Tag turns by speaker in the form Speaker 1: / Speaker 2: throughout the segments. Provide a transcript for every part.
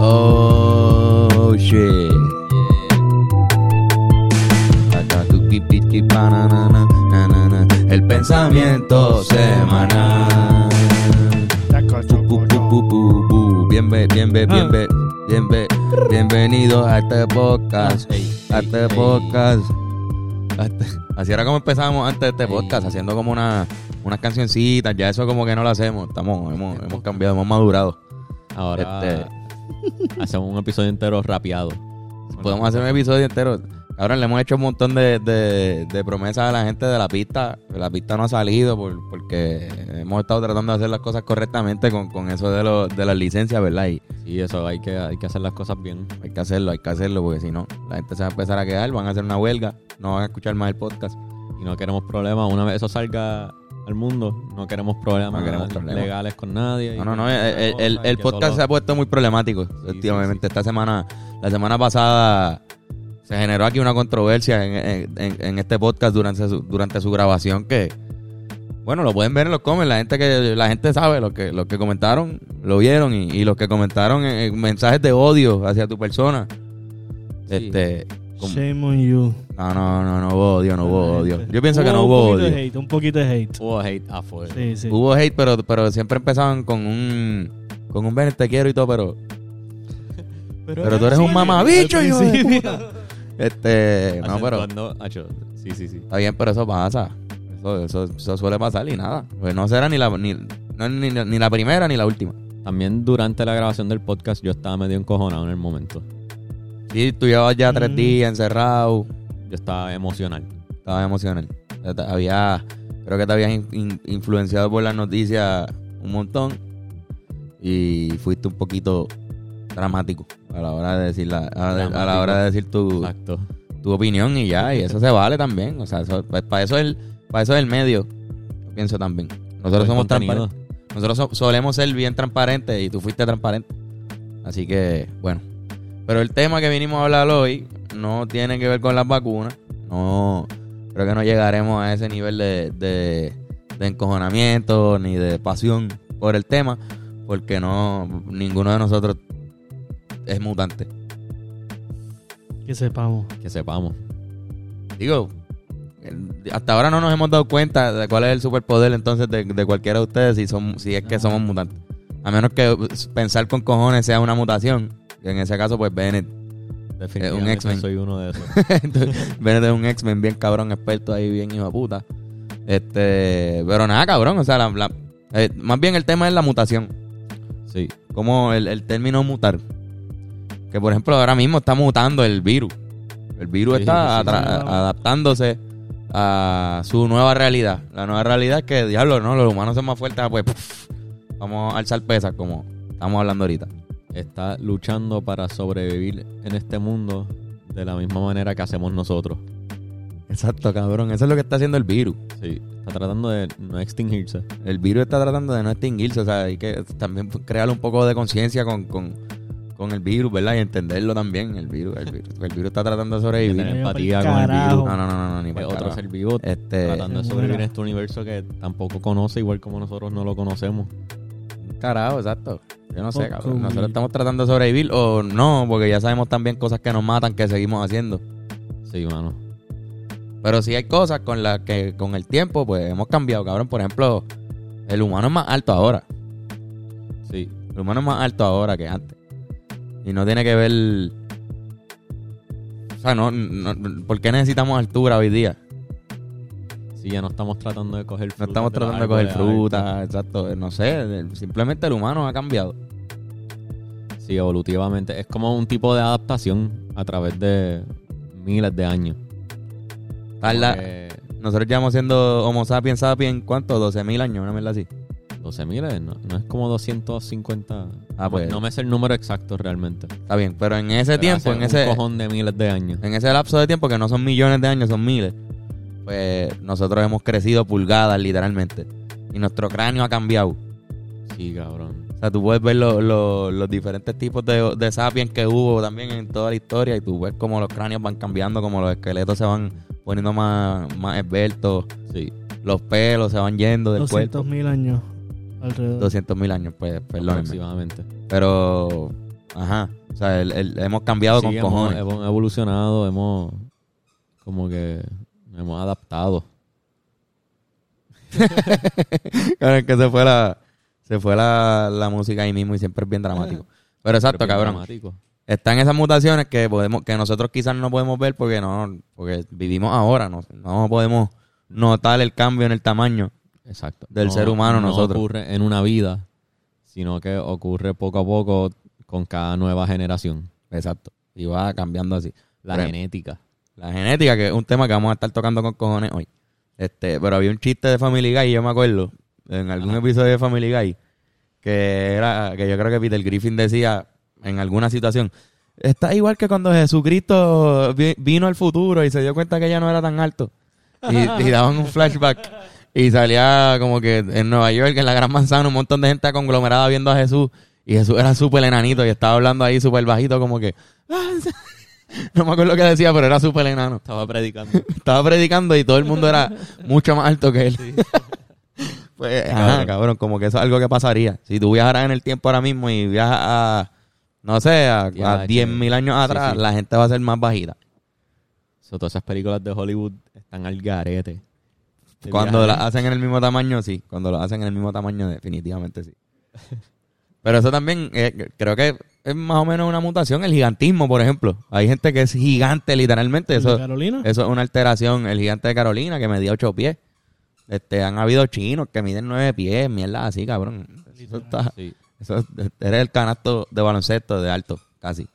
Speaker 1: Oh, Bienve- bienve-
Speaker 2: Ah.
Speaker 1: bienve- bienve- bienvenidos a este podcast.
Speaker 2: Ah, Ey,
Speaker 1: A
Speaker 2: ey,
Speaker 1: este
Speaker 2: ey.
Speaker 1: podcast. A este- Así era como empezamos antes de este
Speaker 2: Ey.
Speaker 1: podcast, haciendo como una, unas cancioncitas. Ya eso como que no lo hacemos. Estamos, hemos, hemos cambiado, hemos madurado.
Speaker 3: Ahora
Speaker 1: Este.
Speaker 3: hacemos un episodio entero rapeado.
Speaker 1: Podemos hacer un episodio entero. Ahora le hemos hecho un montón de, de- de promesas a la gente de la pista. La pista no ha salido por- porque hemos estado tratando de hacer las cosas correctamente con, con eso de, lo- de las licencias, ¿verdad? Y
Speaker 3: Y eso, hay que, hay que hacer las cosas bien.
Speaker 1: hay que hacerlo, hay que hacerlo, porque si no, la gente se va a empezar a quedar, van a hacer una huelga, no van a escuchar más el podcast.
Speaker 3: Y no queremos problemas. Una vez eso salga al mundo, no queremos problemas,
Speaker 1: No queremos problemas.
Speaker 3: legales con nadie.
Speaker 1: No, no, no, el, el- el- el podcast se ha puesto muy problemático últimamente.
Speaker 3: sí, sí.
Speaker 1: Esta semana, la semana pasada, se generó aquí una controversia en, en- en- en este podcast durante su, durante su grabación que, bueno, lo pueden ver en los comments, la gente que la gente sabe, los que, los que comentaron lo vieron y, y los que comentaron eh, mensajes de odio hacia tu persona.
Speaker 3: Sí.
Speaker 1: Este, como-
Speaker 2: Shame on you.
Speaker 1: no, no, no, no hubo odio, no hubo odio. Yo pienso que
Speaker 2: Hubo
Speaker 1: no hubo
Speaker 2: Un poquito
Speaker 1: odio.
Speaker 2: de hate, un poquito de hate.
Speaker 3: Hubo Oh, hate ah, a fuego.
Speaker 2: Sí, sí.
Speaker 1: Hubo hate, pero, pero siempre empezaban con un. Con un ven, te quiero y todo, pero. Pero tú eres un mamabicho, hijo de Este. No, pero.
Speaker 3: Acentuando- acho, sí, sí, sí.
Speaker 1: Está bien, pero eso pasa. Eso, eso, eso suele pasar y nada. Pues no será ni la, ni, no es ni, ni la primera ni la última.
Speaker 3: También durante la grabación del podcast yo estaba medio encojonado en el momento.
Speaker 1: Sí, tú llevabas ya tres
Speaker 2: Mm.
Speaker 1: días encerrado.
Speaker 3: Yo estaba emocional.
Speaker 1: Estaba emocional. Te- te- Había, creo que te habías in- in- influenciado por las noticias un montón y fuiste un poquito dramático a la hora de decir la, a, de- a la
Speaker 3: Dramático.
Speaker 1: hora de decir tu,
Speaker 3: Exacto.
Speaker 1: tu opinión y ya y eso se vale también o sea para eso es el para eso es el medio yo pienso también nosotros
Speaker 3: Buen
Speaker 1: somos
Speaker 3: Pues contenido.
Speaker 1: transparentes nosotros so- solemos ser bien transparentes y tú fuiste transparente así que bueno pero el tema que vinimos a hablar hoy no tiene que ver con las vacunas no creo que no llegaremos a ese nivel de, de, de encojonamiento ni de pasión por el tema porque no ninguno de nosotros es mutante
Speaker 2: Que sepamos.
Speaker 3: Que sepamos.
Speaker 1: Eh, Digo, el- hasta ahora no nos hemos dado cuenta de cuál es el superpoder entonces de, de cualquiera de ustedes si, son, si es que somos mutantes. A menos que pensar con cojones sea una mutación. En ese caso, pues Bennett.
Speaker 3: Definitivamente
Speaker 1: X-Men.
Speaker 3: soy uno de esos.
Speaker 1: Bennett es un X-Men bien cabrón, experto ahí, bien hijo de puta. Este, pero nada, cabrón. O sea, la- la- eh, más bien el tema es la mutación.
Speaker 3: Sí.
Speaker 1: Como el, el término mutar. Que por ejemplo ahora mismo está mutando el virus. El virus
Speaker 3: Sí,
Speaker 1: está
Speaker 3: sí, sí,
Speaker 1: atra-
Speaker 2: sí.
Speaker 1: adaptándose a su nueva realidad. La nueva realidad es que, diablo, no, los humanos son más fuertes, ah, pues puf, vamos a alzar pesas como estamos hablando ahorita.
Speaker 3: está luchando para sobrevivir en este mundo de la misma manera que hacemos nosotros.
Speaker 1: Exacto, cabrón. Eso es lo que está haciendo el virus.
Speaker 3: Sí, está tratando de no extinguirse.
Speaker 1: El virus está tratando de no extinguirse, o sea, hay que también crear un poco de conciencia con, con- con el virus, ¿verdad? Y entenderlo también, el virus. El virus, el virus está tratando de
Speaker 3: Tener
Speaker 1: sobrevivir.
Speaker 2: Mira,
Speaker 3: empatía
Speaker 2: pa'l
Speaker 3: con el virus.
Speaker 1: No,
Speaker 2: carajo.
Speaker 1: no, no, no, ni
Speaker 3: Es
Speaker 1: para
Speaker 3: otro ser vivo
Speaker 1: Este,
Speaker 3: tratando de sobrevivir en este universo que tampoco conoce, igual como nosotros no lo conocemos.
Speaker 1: Carajo, exacto. Yo no sé,
Speaker 2: Poco
Speaker 1: cabrón. Nosotros
Speaker 2: humilde.
Speaker 1: estamos tratando de sobrevivir o no, porque ya sabemos también cosas que nos matan que seguimos haciendo.
Speaker 3: Sí, mano.
Speaker 1: Pero sí hay cosas con las que con el tiempo pues hemos cambiado, cabrón. Por ejemplo, el humano es más alto ahora.
Speaker 3: Sí.
Speaker 1: El humano es más alto ahora que antes. Y no tiene que ver... O sea, no, no- ¿por qué necesitamos altura hoy día?
Speaker 3: Sí, ya no estamos tratando de coger
Speaker 1: No
Speaker 3: frutas
Speaker 1: estamos
Speaker 3: los
Speaker 1: tratando de coger
Speaker 3: árboles,
Speaker 1: fruta, exacto. No sé, simplemente el humano ha cambiado.
Speaker 3: árboles. Sí, evolutivamente. Es como un tipo de adaptación a través de miles de años.
Speaker 1: Tarda-
Speaker 3: Porque
Speaker 1: Nosotros llevamos siendo Homo sapiens sapiens, ¿cuánto? 12.000 años, una mierda así.
Speaker 3: 12 miles, no, no es como 250.
Speaker 1: Ah, pues.
Speaker 3: No me sé el número exacto realmente.
Speaker 1: Está bien, pero en ese
Speaker 3: Pero
Speaker 1: tiempo,
Speaker 3: hace
Speaker 1: en
Speaker 3: un
Speaker 1: ese,
Speaker 3: cojón de miles de años.
Speaker 1: en ese lapso de tiempo, que no son millones de años, son miles, pues nosotros hemos crecido pulgadas, literalmente. Y nuestro cráneo ha cambiado.
Speaker 3: Sí, cabrón.
Speaker 1: O sea, tú puedes ver lo- lo- los diferentes tipos de, de sapiens que hubo también en toda la historia y tú ves cómo los cráneos van cambiando, cómo los esqueletos se van poniendo más, más esbeltos,
Speaker 3: Sí.
Speaker 1: los pelos se van yendo del cuerpo.
Speaker 2: 200.000 años alrededor.
Speaker 1: 200.000 años, pues, perdónenme.
Speaker 3: Aproximadamente.
Speaker 1: Pero, ajá, o sea, el- el- hemos cambiado
Speaker 3: Sí,
Speaker 1: con
Speaker 3: hemos,
Speaker 1: cojones.
Speaker 3: hemos evolucionado, hemos como que hemos adaptado.
Speaker 1: Claro, es que se fue la, se fue la, la música ahí mismo y siempre es bien dramático. Pero exacto,
Speaker 3: Pero bien
Speaker 1: cabrón.
Speaker 3: dramático.
Speaker 1: Están esas mutaciones que podemos, que nosotros quizás no podemos ver porque no, porque vivimos ahora, no, no podemos notar el cambio en el tamaño.
Speaker 3: Exacto.
Speaker 1: Del ser humano
Speaker 3: no
Speaker 1: nosotros.
Speaker 3: ocurre en una vida, sino que ocurre poco a poco con cada nueva generación.
Speaker 1: Exacto. Y va cambiando así.
Speaker 3: La
Speaker 1: Por ejemplo,
Speaker 3: genética.
Speaker 1: La genética, que es un tema que vamos a estar tocando con cojones hoy. Este, pero había un chiste de Family Guy, yo me acuerdo, en algún episodio de Family Guy, que era, que yo creo que Peter Griffin decía en alguna situación, está igual que cuando Jesucristo vi- vino al futuro y se dio cuenta que ya no era tan alto. Y, y daban un flashback y salía como que en Nueva York, en la Gran Manzana, un montón de gente conglomerada viendo a Jesús. Y Jesús era súper enanito y estaba hablando ahí súper bajito como que... No me acuerdo lo que decía, pero era súper enano.
Speaker 3: Estaba predicando.
Speaker 1: Estaba predicando y todo el mundo era mucho más alto que él. pues, ajá,
Speaker 3: Cabrón.
Speaker 1: cabrón, como que eso es algo que pasaría. Si tú viajaras en el tiempo ahora mismo y viajas a, no sé, a,
Speaker 3: Ya,
Speaker 1: a
Speaker 3: que-
Speaker 1: 10.000 años
Speaker 3: sí,
Speaker 1: atrás,
Speaker 3: sí.
Speaker 1: la gente va a ser más bajita.
Speaker 3: So, todas esas películas de Hollywood están al garete. De
Speaker 1: Cuando
Speaker 3: viajes.
Speaker 1: las hacen en el mismo tamaño, sí. Cuando las hacen en el mismo tamaño, definitivamente sí. Pero eso también, eh, creo que es más o menos una mutación. El gigantismo, por ejemplo. Hay gente que es gigante, literalmente.
Speaker 2: ¿El de
Speaker 1: Eso,
Speaker 2: Carolina?
Speaker 1: Eso es una alteración. El gigante de Carolina que medía 8 pies. Este, han habido chinos que miden 9 pies, mierda así, cabrón. Eso está,
Speaker 3: Sí.
Speaker 1: eso es- eres el canasto de baloncesto de alto, casi.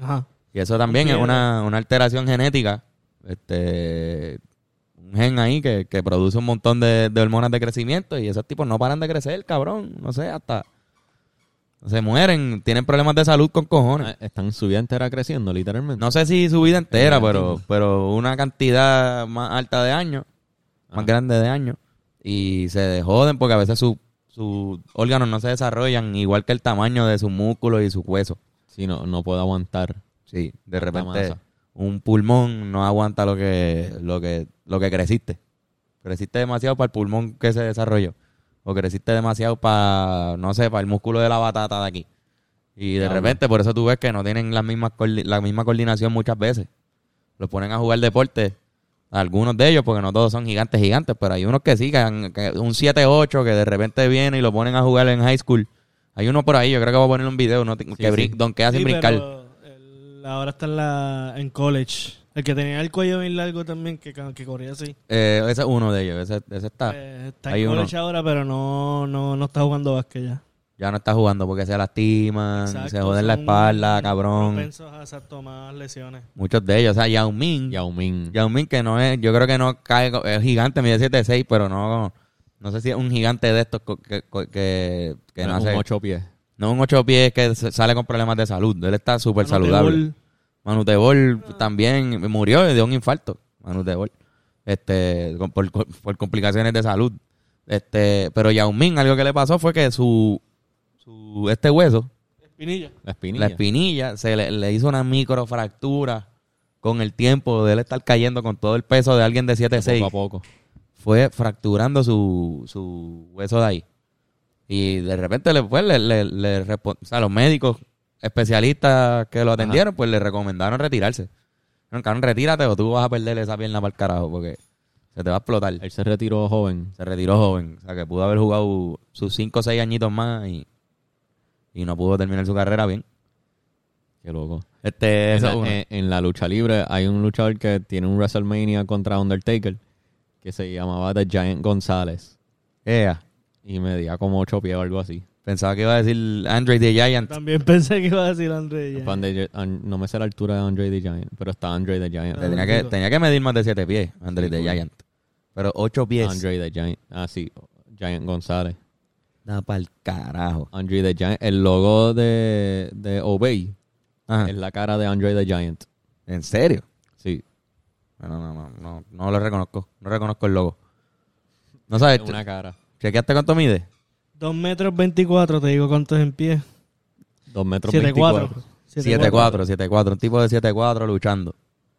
Speaker 2: Ajá.
Speaker 1: Y eso también es
Speaker 2: Mierda.
Speaker 1: una, una alteración genética. Este, un gen ahí que, que produce un montón de, de hormonas de crecimiento y esos tipos no paran de crecer, cabrón. No sé, hasta se mueren, tienen problemas de salud con cojones.
Speaker 3: Ah, Están su vida entera creciendo, literalmente.
Speaker 1: No sé si su vida entera,
Speaker 3: Ajá,
Speaker 1: pero,
Speaker 3: entiendo.
Speaker 1: pero una cantidad más alta de años, más
Speaker 3: Ajá.
Speaker 1: grande de años. Y se joden porque a veces su- sus órganos no se desarrollan igual que el tamaño de sus músculos y sus huesos.
Speaker 3: Sí, no, no puedo aguantar.
Speaker 1: Sí, de
Speaker 3: Tanta
Speaker 1: repente
Speaker 3: masa.
Speaker 1: un pulmón no aguanta lo que, lo que, lo que creciste. Creciste demasiado para el pulmón que se desarrolló. O creciste demasiado para, no sé, para el músculo de la batata de aquí. Y de
Speaker 3: Diablo.
Speaker 1: repente, por eso tú ves que no tienen las mismas coordi- la misma coordinación muchas veces. Los ponen a jugar deporte, algunos de ellos, porque no todos son gigantes, gigantes, pero hay unos que sí, que, han- que un 7-8 que de repente viene y lo ponen a jugar en high school. Hay uno por ahí, yo creo que voy a poner un video, ¿no? que brin- donkea sin
Speaker 2: Sí,
Speaker 1: brincar.
Speaker 2: pero el- ahora está en, la, en college. El que tenía el cuello bien largo también, que, ca- que corría así.
Speaker 1: Eh, ese es uno de ellos, ese, ese está.
Speaker 2: Eh, está
Speaker 1: Ah, hay
Speaker 2: en
Speaker 1: uno.
Speaker 2: college ahora, pero no, no, no está jugando básquet ya.
Speaker 1: Ya no está jugando porque se lastiman,
Speaker 2: Exacto,
Speaker 1: Ah, se joden la
Speaker 2: son
Speaker 1: espalda, cabrón.
Speaker 2: propensos a exacto, más lesiones.
Speaker 1: Muchos de ellos, o sea, Yao Ming.
Speaker 3: Yao Ming.
Speaker 1: Yao Ming que no es, yo creo que no cae, co- es gigante, mide 7'6", pero no, no sé si es un gigante de estos co- que, co- que, que
Speaker 3: Un
Speaker 1: nace.
Speaker 3: ocho pies.
Speaker 1: No un ocho pies que se- sale con problemas de salud. Él está súper
Speaker 2: Mano de
Speaker 1: saludable.
Speaker 2: bol,
Speaker 1: Manu Tebol también murió de un infarto. Manu Tebol. Este, con- por, por complicaciones de salud. Este, pero Yao Ming, algo que le pasó fue que su, su este hueso,
Speaker 2: Espinilla.
Speaker 3: La espinilla.
Speaker 1: la espinilla, se le, le hizo una microfractura con el tiempo de él estar cayendo con todo el peso de alguien de
Speaker 3: Poco
Speaker 1: 7'6".
Speaker 3: a poco.
Speaker 1: Fue fracturando su, su hueso de ahí. Y de repente le, pues, le, le- le respon- o sea, los médicos especialistas que lo atendieron, pues le recomendaron retirarse. Dijeron, cabrón, retírate o tú vas a perder esa pierna para el carajo porque se te va a explotar.
Speaker 3: Él se retiró joven.
Speaker 1: Se retiró joven. O sea, que pudo haber jugado sus 5 o 6 añitos más y, y no pudo terminar su carrera bien.
Speaker 3: Qué loco.
Speaker 1: Este,
Speaker 3: En
Speaker 1: esa
Speaker 3: la,
Speaker 1: es una.
Speaker 3: en- en la lucha libre hay un luchador que tiene un WrestleMania contra Undertaker que se llamaba The Giant González
Speaker 1: Ea,
Speaker 3: y medía como ocho pies o algo así.
Speaker 1: Pensaba que iba a decir Andre the Giant.
Speaker 2: También pensé que iba a decir André. ya.
Speaker 3: Fan de- an- no me sé la altura de Andre the Giant, pero está Andre the Giant.
Speaker 1: Tenía que, tenía que medir más de 7 pies, Andre
Speaker 3: Sí,
Speaker 1: the
Speaker 3: tú.
Speaker 1: Giant. Pero 8 pies.
Speaker 3: Andre the Giant. Ah, sí. Giant González.
Speaker 1: Nada para el carajo.
Speaker 3: Andre the Giant. El logo de, de Obey
Speaker 1: Ajá.
Speaker 3: es la cara de Andre the Giant.
Speaker 1: ¿En serio?
Speaker 3: Sí.
Speaker 1: No, no, no, no, no lo reconozco. No reconozco el logo. No sabes,
Speaker 3: Es una cara.
Speaker 1: chequeaste cuánto mide.
Speaker 2: Dos metros 24, te digo cuánto es en pie.
Speaker 3: 2 metros
Speaker 2: 7'4.
Speaker 3: 24.
Speaker 1: 7'4, 7'4, un tipo de 7'4 luchando.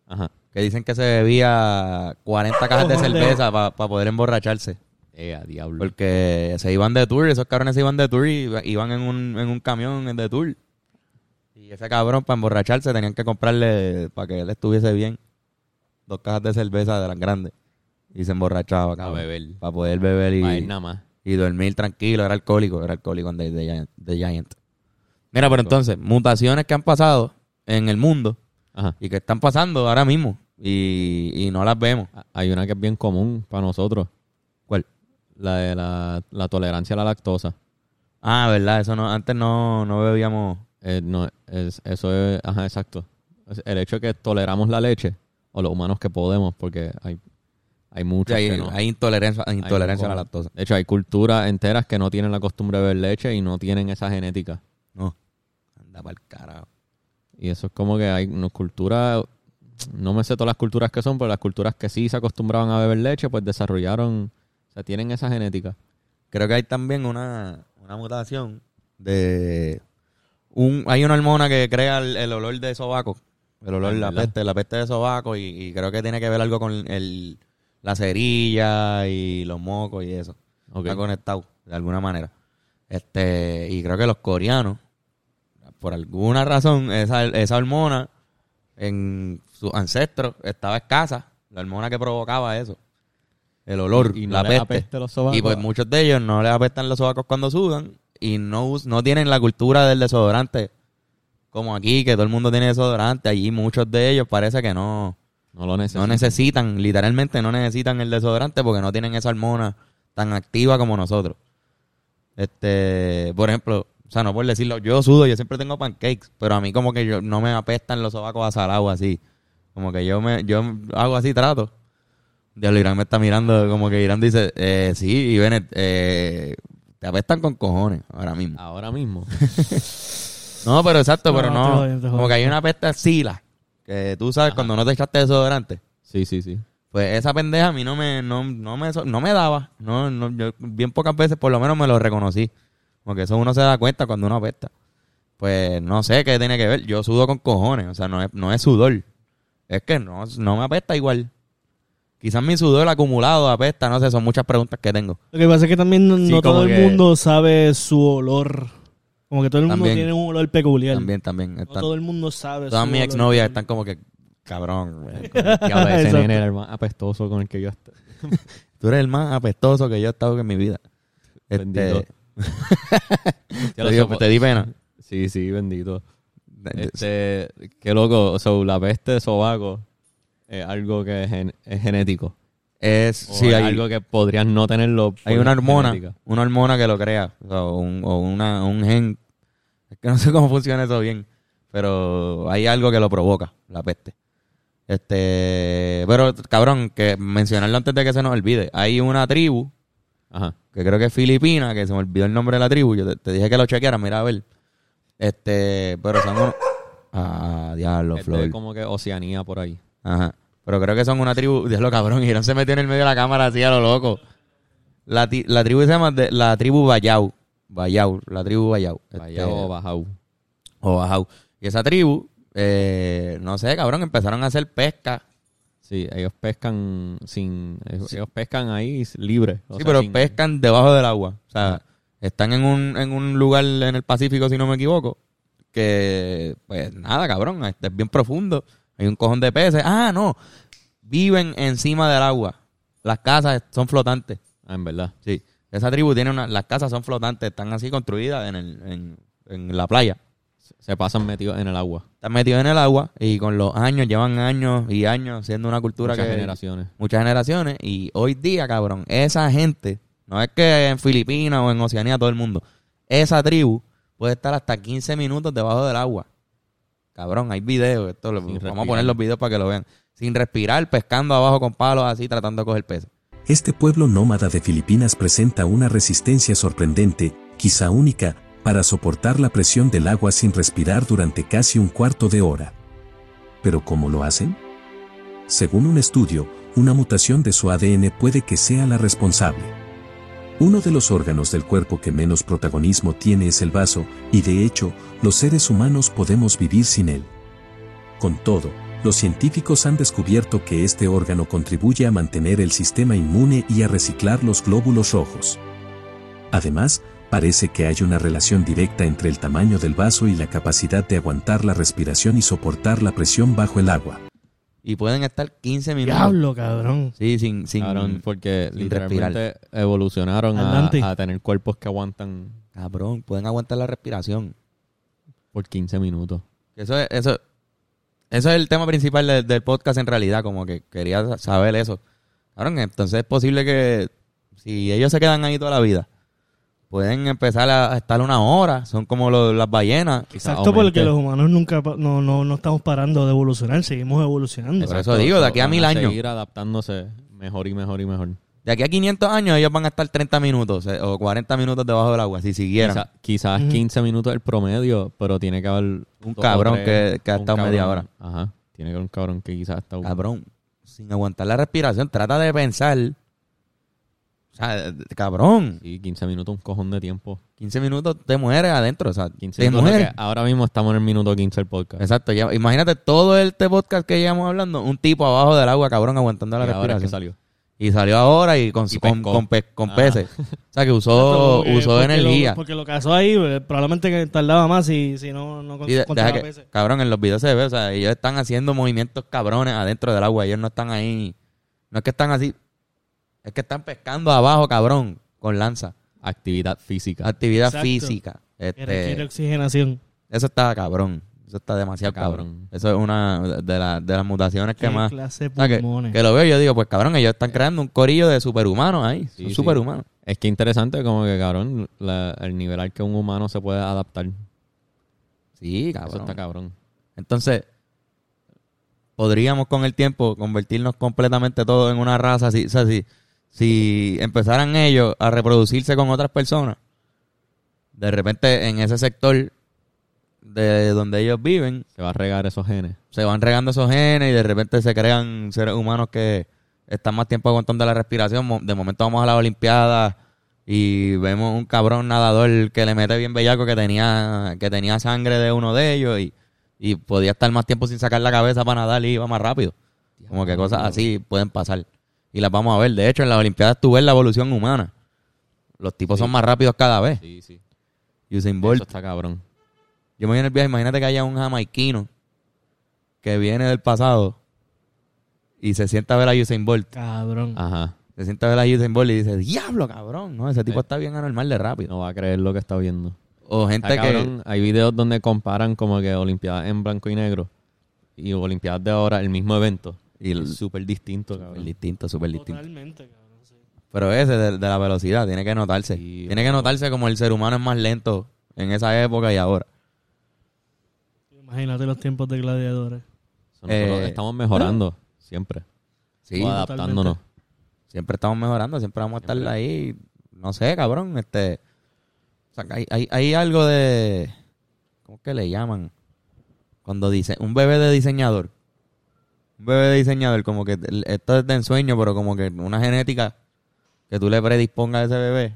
Speaker 3: Ajá.
Speaker 1: Que dicen que se bebía 40 cajas de
Speaker 2: Ojo,
Speaker 1: cerveza para poder emborracharse.
Speaker 3: Eh, a diablo.
Speaker 1: Porque se iban de tour, esos cabrones se iban de tour y iba- iban en un, en un camión de tour. Y ese cabrón, para emborracharse, tenían que comprarle, para que él estuviese bien, dos cajas de cerveza de las grandes. Y se emborrachaba,
Speaker 3: A
Speaker 1: cabrón.
Speaker 3: beber.
Speaker 1: Para poder beber y,
Speaker 3: Pa' él nada más.
Speaker 1: y dormir tranquilo. Era alcohólico, era alcohólico de, de Giant, de Giant. Mira, pero entonces, mutaciones que han pasado en el mundo
Speaker 3: Ajá.
Speaker 1: y que están pasando ahora mismo y, y no las vemos.
Speaker 3: Ah, Hay una que es bien común para nosotros. ¿Cuál? La de la, la tolerancia a la lactosa.
Speaker 1: Ah, verdad, eso no, antes no, no bebíamos.
Speaker 3: Eh, no, es- eso es, ajá, exacto. Es El hecho de que toleramos la leche, o los humanos que podemos, porque hay, hay muchos
Speaker 1: hay,
Speaker 3: que no.
Speaker 1: hay intolerancia,
Speaker 3: Hay
Speaker 1: intolerancia a la
Speaker 3: un-
Speaker 1: lactosa.
Speaker 3: De hecho, hay culturas enteras que no tienen la costumbre de beber leche y no tienen esa genética.
Speaker 1: No. Anda para el carajo.
Speaker 3: Y eso es como que hay unas culturas, no me sé todas las culturas que son, pero las culturas que sí se acostumbraban a beber leche, pues desarrollaron, o sea, tienen esa genética.
Speaker 1: Creo que hay también una, una mutación de. Un, hay una hormona que crea el, el olor de sobaco. El olor,
Speaker 3: Ah,
Speaker 1: la
Speaker 3: ¿verdad?
Speaker 1: peste, la peste de sobaco. Y, y creo que tiene que ver algo con el, la cerilla y los mocos y eso.
Speaker 3: Ok.
Speaker 1: Está conectado de alguna manera. Este, y creo que los coreanos, por alguna razón, esa, esa hormona en sus ancestros estaba escasa. La hormona que provocaba eso. El olor,
Speaker 3: Y no
Speaker 1: la
Speaker 3: les
Speaker 1: peste.
Speaker 3: apesta los sobacos.
Speaker 1: Y pues muchos de ellos no les apestan los sobacos cuando sudan y no, us- no tienen la cultura del desodorante. Como aquí, que todo el mundo tiene desodorante. Allí muchos de ellos parece que no,
Speaker 3: no lo
Speaker 1: no
Speaker 3: necesitan.
Speaker 1: necesitan, literalmente no necesitan el desodorante porque no tienen esa hormona tan activa como nosotros. Este, por ejemplo, o sea, no por decirlo, yo sudo, yo siempre tengo pancakes, pero a mí como que yo, no me apestan los sobacos a salado así. Como que yo me yo hago así trato. Diablo, Irán me está mirando, como que Irán dice, eh, sí, y Bennett, eh, te apestan con cojones ahora mismo.
Speaker 3: Ahora mismo.
Speaker 1: No, pero exacto,
Speaker 2: No,
Speaker 1: pero
Speaker 2: te
Speaker 1: no.
Speaker 2: jodiendo, te
Speaker 1: como que hay una peste a sila, que tú sabes, cuando no te echaste desodorante.
Speaker 3: Sí, sí, sí.
Speaker 1: Pues esa pendeja a mí no me, no, no me, so- no me daba. No, no, yo bien pocas veces por lo menos me lo reconocí. Porque eso uno se da cuenta cuando uno apesta. Pues no sé qué tiene que ver. Yo sudo con cojones. O sea, no es, no es sudor. Es que no, no me apesta igual. Quizás mi sudor acumulado apesta. No sé, son muchas preguntas que tengo.
Speaker 2: Lo que pasa es que también no,
Speaker 1: Sí,
Speaker 2: no
Speaker 1: como
Speaker 2: todo
Speaker 1: que-
Speaker 2: el mundo sabe su olor. Como que todo el mundo
Speaker 1: También.
Speaker 2: tiene un olor peculiar.
Speaker 1: También, también.
Speaker 2: No
Speaker 1: están-
Speaker 2: todo el mundo sabe
Speaker 1: todas
Speaker 2: su
Speaker 1: mis
Speaker 2: olor.
Speaker 1: exnovias están como que, cabrón. güey, como que, diablo, ese
Speaker 3: Ese
Speaker 2: Exacto.
Speaker 3: nene era el más apestoso con el que yo est-
Speaker 1: Tú eres el más apestoso que yo he estado en mi vida. Este,
Speaker 3: Bendito. Ya
Speaker 1: te,
Speaker 3: lo
Speaker 1: digo, pues,
Speaker 3: sopo-
Speaker 1: te di Eh, pena.
Speaker 3: Sí, sí, bendito. Este, qué loco. O sea, la peste de sobaco es algo que es, gen- es genético.
Speaker 1: Es,
Speaker 3: O
Speaker 1: sí,
Speaker 3: es
Speaker 1: hay,
Speaker 3: algo que podrían no tenerlo. por
Speaker 1: hay una hormona,
Speaker 3: genética.
Speaker 1: una hormona que lo crea, o, sea, un, o una, un gen. Es que no sé cómo funciona eso bien, pero hay algo que lo provoca, la peste. Este, pero cabrón, que mencionarlo antes de que se nos olvide. Hay una tribu,
Speaker 3: Ajá.
Speaker 1: que creo que es filipina, que se me olvidó el nombre de la tribu. Yo te, te dije que lo chequearas, mira a ver. Este, pero son unos. Ah, diablo,
Speaker 3: Este
Speaker 1: Flor.
Speaker 3: es como que Oceanía por ahí.
Speaker 1: Ajá. Pero creo que son una tribu. Diablo, cabrón. Girón se metió en el medio de la cámara así a lo loco. La, ti- la tribu se llama de- la tribu Bayau. Bayau, la tribu Bayau.
Speaker 3: Vaya
Speaker 1: Este,
Speaker 3: o Bajau.
Speaker 1: o Bajau. Y esa tribu, eh, no sé, cabrón, empezaron a hacer pesca.
Speaker 3: Sí, ellos pescan sin. Ellos ellos pescan ahí libre. o
Speaker 1: sí,
Speaker 3: sea,
Speaker 1: pero
Speaker 3: sin-
Speaker 1: pescan debajo del agua. O sea, están en un, en un lugar en el Pacífico, si no me equivoco, que, pues nada, cabrón, este es bien profundo. Hay un cojón de peces. Ah, no. Viven encima del agua. Las casas son flotantes.
Speaker 3: Ah, en verdad.
Speaker 1: Sí. Esa tribu tiene una... Las casas son flotantes, están así construidas en, el- en, en la playa.
Speaker 3: Se- Se pasan metidos en el agua.
Speaker 1: Están metidos en el agua y con los años, llevan años y años siendo una cultura
Speaker 3: Muchas
Speaker 1: que...
Speaker 3: generaciones.
Speaker 1: Muchas generaciones. Y hoy día, cabrón, esa gente, no es que en Filipinas o en Oceanía todo el mundo, esa tribu puede estar hasta 15 minutos debajo del agua. Cabrón, hay videos, esto lo-
Speaker 3: Sin
Speaker 1: vamos a
Speaker 3: respirar.
Speaker 1: poner los videos para que lo vean. Sin respirar, pescando abajo con palos así, tratando de coger peso.
Speaker 4: Este pueblo nómada de Filipinas presenta una resistencia sorprendente, quizá única, para soportar la presión del agua sin respirar durante casi un cuarto de hora. ¿Pero cómo lo hacen? Según un estudio, una mutación de su ADN puede que sea la responsable. Uno de los órganos del cuerpo que menos protagonismo tiene es el vaso, y de hecho, los seres humanos podemos vivir sin él. Con todo, los científicos han descubierto que este órgano contribuye a mantener el sistema inmune y a reciclar los glóbulos rojos. Además, parece que hay una relación directa entre el tamaño del vaso y la capacidad de aguantar la respiración y soportar la presión bajo el agua.
Speaker 1: Y pueden estar 15 minutos.
Speaker 2: Diablo, cabrón.
Speaker 1: Sí, sin, sin,
Speaker 3: Cabrón, porque
Speaker 1: sin
Speaker 3: literalmente evolucionaron a,
Speaker 2: Adelante.
Speaker 3: a tener cuerpos que aguantan.
Speaker 1: Cabrón, pueden aguantar la respiración.
Speaker 3: por 15 minutos.
Speaker 1: Eso es, eso, eso es el tema principal de- del podcast en realidad, como que quería saber eso. Cabrón, entonces es posible que si ellos se quedan ahí toda la vida, pueden empezar a a estar una hora, son como lo- las ballenas.
Speaker 2: Exacto, porque los humanos nunca pa- no, no, no estamos parando de evolucionar, seguimos evolucionando.
Speaker 1: Por eso digo, de aquí a
Speaker 3: van
Speaker 1: mil años.
Speaker 3: Seguir adaptándose mejor y mejor y mejor.
Speaker 1: De aquí a 500 años ellos van a estar 30 minutos eh, o 40 minutos debajo del agua, si siguieran.
Speaker 3: Quizá- quizás
Speaker 2: Ujú.
Speaker 3: 15 minutos el promedio, pero tiene que haber dos o
Speaker 1: cabrón
Speaker 3: tres,
Speaker 1: que- que ha
Speaker 3: un
Speaker 1: estado media hora.
Speaker 3: Ajá. Tiene que haber un cabrón que quizás ha estado.
Speaker 1: Cabrón, sin aguantar la respiración, trata de pensar. O sea, cabrón,
Speaker 3: Sí, 15 minutos, un cojón de tiempo.
Speaker 1: 15 minutos te mueres adentro, o sea,
Speaker 3: 15
Speaker 1: te
Speaker 3: minutos.
Speaker 1: mueres.
Speaker 3: que ahora mismo estamos en el minuto 15 del podcast.
Speaker 1: Exacto, ya- imagínate todo este podcast que llevamos hablando, un tipo abajo del agua, cabrón, aguantando la
Speaker 3: Y ahora es que
Speaker 1: respiración.
Speaker 3: salió.
Speaker 1: y salió ahora y con,
Speaker 3: Y
Speaker 1: con,
Speaker 3: pescó.
Speaker 1: con pe- con
Speaker 3: Ah.
Speaker 1: peces. O sea, que
Speaker 2: Exacto,
Speaker 1: usó,
Speaker 2: porque-
Speaker 1: usó
Speaker 2: porque
Speaker 1: energía.
Speaker 2: lo- porque lo cazó ahí, eh, probablemente que tardaba más si, si no, no
Speaker 1: Y de-
Speaker 2: contaba
Speaker 1: deja que-
Speaker 2: veces.
Speaker 1: cabrón, en los videos se ve, o sea, ellos están haciendo movimientos cabrones adentro del agua, ellos no están ahí. No es que están así, es que están pescando abajo, cabrón, con lanza.
Speaker 3: Actividad física.
Speaker 1: Actividad
Speaker 2: Exacto.
Speaker 1: física.
Speaker 2: Que requiere
Speaker 1: Este,
Speaker 2: oxigenación.
Speaker 1: eso está cabrón. Eso está demasiado
Speaker 3: Está cabrón.
Speaker 1: cabrón. Eso es una de, la- de las mutaciones que
Speaker 2: Qué
Speaker 1: más.
Speaker 2: clase de
Speaker 1: o sea, que,
Speaker 2: pulmones.
Speaker 1: que lo veo, y yo digo, pues cabrón, ellos están creando un corillo de superhumanos ahí.
Speaker 3: Sí,
Speaker 1: Son
Speaker 3: sí.
Speaker 1: superhumanos.
Speaker 3: Es que interesante, como que, cabrón, la- el nivel al que un humano se puede adaptar.
Speaker 1: Sí,
Speaker 3: Eso
Speaker 1: cabrón.
Speaker 3: está cabrón.
Speaker 1: Entonces, podríamos con el tiempo convertirnos completamente todos en una raza. Si, o sea, si, si empezaran ellos a reproducirse con otras personas, de repente en ese sector de donde ellos viven,
Speaker 3: Se va a regar esos genes.
Speaker 1: se van regando esos genes y de repente se crean seres humanos que están más tiempo aguantando la respiración. Mo- De momento vamos a las Olimpiadas y vemos un cabrón nadador que le mete bien bellaco que tenía, que tenía sangre de uno de ellos y, y podía estar más tiempo sin sacar la cabeza para nadar y iba más rápido. Como que cosas así pueden pasar. Y las vamos a ver. De hecho, en las Olimpiadas tú ves la evolución humana. Los tipos son más rápidos cada vez.
Speaker 3: Sí, sí.
Speaker 1: Usain Bolt.
Speaker 3: Eso está cabrón.
Speaker 1: Yo me voy en el viaje, imagínate que haya un jamaiquino que viene del pasado y se sienta a ver a Usain Bolt.
Speaker 2: Cabrón.
Speaker 3: Ajá.
Speaker 1: Se sienta a ver a Usain Bolt y dice, diablo, cabrón. No, ese tipo
Speaker 3: Eh.
Speaker 1: está bien anormal de rápido.
Speaker 3: No va a creer lo que está viendo.
Speaker 1: O gente
Speaker 3: Está
Speaker 1: que...
Speaker 3: cabrón. Hay videos donde comparan como que Olimpiadas en blanco y negro y Olimpiadas de ahora, el mismo evento.
Speaker 1: Y el-
Speaker 3: Es súper distinto,
Speaker 1: Súper
Speaker 3: cabrón.
Speaker 1: distinto, súper distinto.
Speaker 2: Totalmente, cabrón. sí.
Speaker 1: Pero ese de, de la velocidad tiene que notarse.
Speaker 3: Sí,
Speaker 1: tiene que notarse como el ser humano es más lento en esa época y ahora.
Speaker 2: Imagínate los tiempos de gladiadores.
Speaker 3: Eso nosotros
Speaker 1: Eh, ah.
Speaker 3: estamos mejorando siempre.
Speaker 1: Sí,
Speaker 3: o adaptándonos.
Speaker 1: siempre estamos mejorando, siempre vamos a estar ahí. No sé, cabrón, este... O sea, que hay, hay, hay algo de... ¿Cómo que le llaman? Cuando dice, un bebé de diseñador. Un bebé de diseñador, como que el- esto es de ensueño, pero como que una genética que tú le predispongas a ese bebé.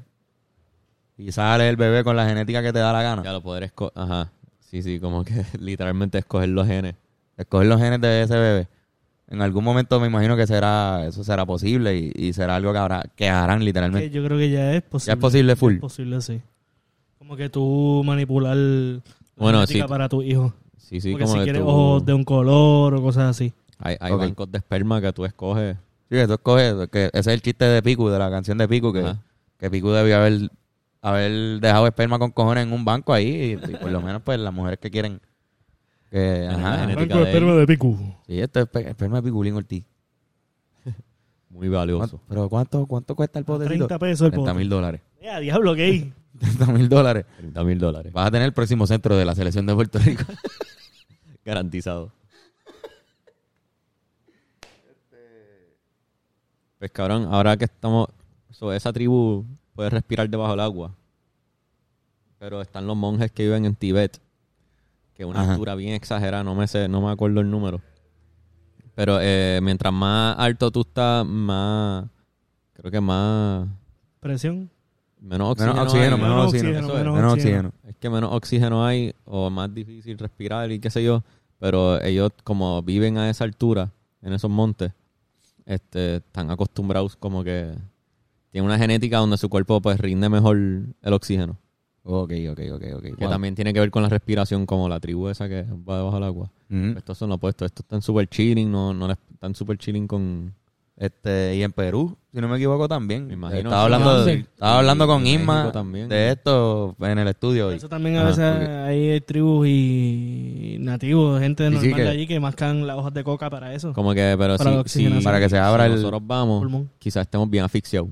Speaker 1: Y sale el bebé con la genética que te da la
Speaker 3: Ya
Speaker 1: gana.
Speaker 3: lo poder escoger. Ajá. Sí, sí, como que literalmente escoger los genes.
Speaker 1: Escoger los genes de ese bebé. En algún momento me imagino que será, eso será posible y, y será algo que, habrá, que harán
Speaker 2: Que
Speaker 1: literalmente.
Speaker 2: Eh, yo creo que ya es
Speaker 1: Ya
Speaker 2: posible.
Speaker 1: es posible full.
Speaker 2: Es posible, sí. Como que tú manipular la
Speaker 3: Bueno,
Speaker 2: genética
Speaker 3: sí.
Speaker 2: para tu hijo.
Speaker 3: Sí, sí,
Speaker 2: Porque
Speaker 3: como
Speaker 2: si
Speaker 3: que
Speaker 2: quieres
Speaker 3: tú-
Speaker 2: ojos de un color o cosas así.
Speaker 3: Hay, hay
Speaker 1: Ok.
Speaker 3: bancos de esperma que tú escoges.
Speaker 1: Sí, que tú escoges, que ese es el chiste de Piku, de la canción de Piku, que,
Speaker 3: Ajá.
Speaker 1: que Piku debió haber, haber dejado esperma con cojones en un banco ahí, y, y por lo menos pues las mujeres que quieren que,
Speaker 3: Ajá,
Speaker 1: ajá,
Speaker 3: la genética de él.
Speaker 2: de picu.
Speaker 1: sí, esto es pe- esperma de Piculín Ortiz.
Speaker 3: Muy valioso.
Speaker 1: ¿Cuánto- pero ¿cuánto, cuánto cuesta el potecito?
Speaker 2: 30 pesos el
Speaker 1: 30
Speaker 2: pote.
Speaker 1: mil dólares.
Speaker 2: Mira, diablo, gay.
Speaker 1: 30 mil dólares.
Speaker 2: Ah.
Speaker 3: 30 mil dólares.
Speaker 1: Vas a tener el próximo centro de la selección de Puerto Rico.
Speaker 3: Garantizado. Pues cabrón, ahora que estamos. so, esa tribu puede respirar debajo del agua. Pero están los monjes que viven en Tibet. Que una
Speaker 1: Ajá.
Speaker 3: altura bien exagerada, no me sé, no me acuerdo el número. Pero eh, mientras más alto tú estás, más. Creo que más.
Speaker 2: Presión.
Speaker 3: Menos oxígeno.
Speaker 1: menos oxígeno,
Speaker 3: hay.
Speaker 1: menos oxígeno.
Speaker 2: Menos oxígeno,
Speaker 1: eso es,
Speaker 2: menos
Speaker 1: menos
Speaker 2: oxígeno.
Speaker 1: oxígeno.
Speaker 3: es que menos oxígeno hay o más difícil respirar y qué sé yo, pero ellos como viven a esa altura, en esos montes, este, están acostumbrados como que tienen una genética donde su cuerpo pues rinde mejor el oxígeno,
Speaker 1: Ok, ok, ok, ok.
Speaker 3: que
Speaker 1: Wow.
Speaker 3: también tiene que ver con la respiración como la tribu esa que va debajo del agua.
Speaker 1: Ujú.
Speaker 3: Estos son los opuestos, estos están super chilling, no, no les- están super chilling con,
Speaker 1: Este, y en Perú, si no me equivoco también.
Speaker 3: Me imagino.
Speaker 1: Estaba hablando,
Speaker 2: Sí.
Speaker 1: estaba hablando con
Speaker 3: En
Speaker 1: Isma
Speaker 3: México también.
Speaker 1: de esto en el estudio hoy.
Speaker 2: Eso también a
Speaker 3: Ah,
Speaker 1: Ajá,
Speaker 2: veces
Speaker 1: ok.
Speaker 2: ahí hay tribus y nativos, gente
Speaker 1: Y sí
Speaker 2: normal
Speaker 1: que-
Speaker 2: de allí que mascan las hojas de coca para eso.
Speaker 3: Como que, pero
Speaker 2: Para la
Speaker 3: si- si,
Speaker 2: oxigenación.
Speaker 1: Para que se abra
Speaker 3: si
Speaker 1: el-
Speaker 3: nosotros vamos,
Speaker 2: Pulmón.
Speaker 3: quizás estemos bien asfixiados.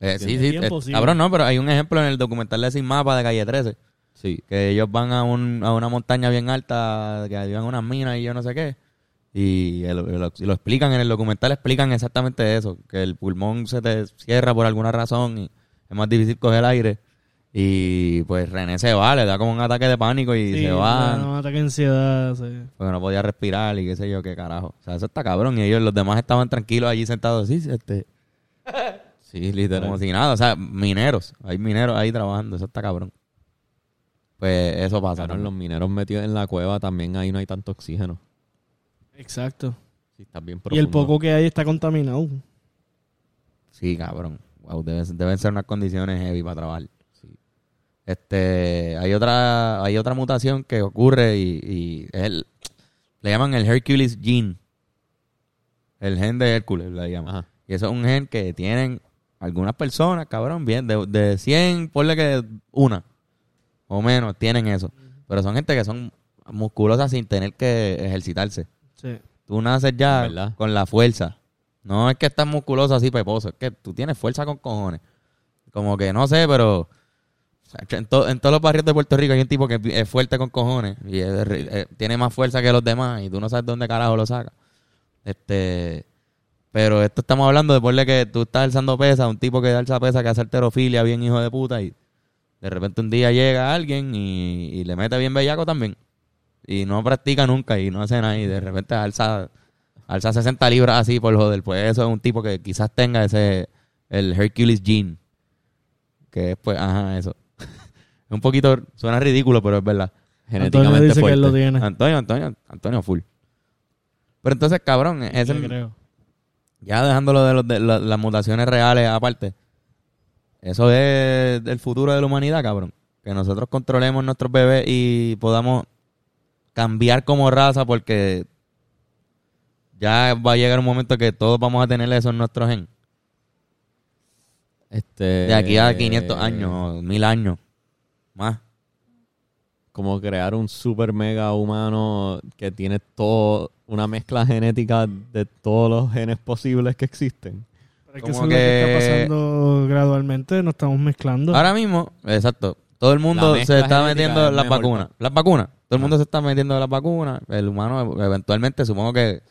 Speaker 1: Eh, sí,
Speaker 2: Tiene
Speaker 1: sí.
Speaker 2: tiempo,
Speaker 1: eh,
Speaker 2: sí.
Speaker 1: Cabrón, no, pero hay un ejemplo en el documental de Sin Mapa de Calle 13.
Speaker 3: Sí.
Speaker 1: Que ellos van a, un, a una montaña bien alta, que viven unas minas y yo no sé qué. Y el- el- lo, lo explican en el documental, explican exactamente eso. Que el pulmón se te cierra por alguna razón y es más difícil coger aire. Y pues René se va, le da como un ataque de pánico y
Speaker 2: Sí,
Speaker 1: se va.
Speaker 2: No, ataque de ansiedad. sí.
Speaker 1: porque no podía respirar y qué sé yo, qué carajo. O sea, eso está cabrón. Y ellos, los demás estaban tranquilos allí sentados así, este,
Speaker 3: Sí, literal.
Speaker 1: como si nada. O sea, mineros. Hay mineros ahí trabajando. Eso está cabrón. Pues eso pasa.
Speaker 3: Cabrón,
Speaker 1: ¿no?
Speaker 3: los mineros metidos en la cueva también ahí no hay tanto oxígeno.
Speaker 2: Exacto.
Speaker 3: Sí, está bien
Speaker 2: Y el
Speaker 3: profundo.
Speaker 2: poco que hay está contaminado.
Speaker 1: Sí, cabrón. Wow, deben, deben ser unas condiciones heavy para trabajar. Este, hay otra, hay otra mutación que ocurre y, y es el- le llaman el Hercules gene. El gen de Hércules le llaman.
Speaker 3: Ajá.
Speaker 1: Y eso es un gen que tienen algunas personas, cabrón, bien, de, de 100, ponle que una o menos tienen eso. Pero son gente que son musculosas sin tener que ejercitarse.
Speaker 2: Sí.
Speaker 1: Tú naces ya
Speaker 3: ¿Verdad?
Speaker 1: con la fuerza. No es que estás musculoso así peposo, es que tú tienes fuerza con cojones. Como que no sé, pero en, to- en todos los barrios de Puerto Rico hay un tipo que es fuerte con cojones y es re- eh, tiene más fuerza que los demás y tú no sabes dónde carajo lo saca. Este, pero esto estamos hablando de ponle que tú estás alzando pesa, un tipo que alza pesa, que hace alterofilia, bien hijo de puta, y de repente un día llega alguien y, y le mete bien bellaco también. Y no practica nunca y no hace nada y de repente alza, alza 60 libras así por joder. Pues eso es un tipo que quizás tenga ese, el Hercules Gene. Que es pues, ajá, eso. un poquito, suena ridículo, pero es verdad.
Speaker 2: Antonio
Speaker 3: Genéticamente
Speaker 2: dice que él lo
Speaker 3: fuerte.
Speaker 2: tiene.
Speaker 1: Antonio, Antonio, Antonio Full. Pero entonces, cabrón, ese,
Speaker 2: Yo creo.
Speaker 1: ya dejándolo de, los- de la- las mutaciones reales aparte, eso es el futuro de la humanidad, cabrón. Que nosotros controlemos nuestros bebés y podamos cambiar como raza porque ya va a llegar un momento que todos vamos a tener eso en nuestro gen.
Speaker 3: Este,
Speaker 1: De aquí a 500 años, o 1000 años, más.
Speaker 3: Como crear un super mega humano que tiene todo, una mezcla genética de todos los genes posibles que existen.
Speaker 2: Pero es que
Speaker 1: Como
Speaker 2: eso es lo que está
Speaker 1: que-
Speaker 2: pasando gradualmente. Nos estamos mezclando.
Speaker 1: Ahora mismo, exacto. Todo el
Speaker 3: La
Speaker 1: mundo
Speaker 3: mezcla
Speaker 1: se está
Speaker 3: genética
Speaker 1: metiendo
Speaker 3: es
Speaker 1: las
Speaker 3: mejor,
Speaker 1: vacunas. Las vacunas. Todo el mundo se está metiendo las vacunas. El humano, e- eventualmente, supongo que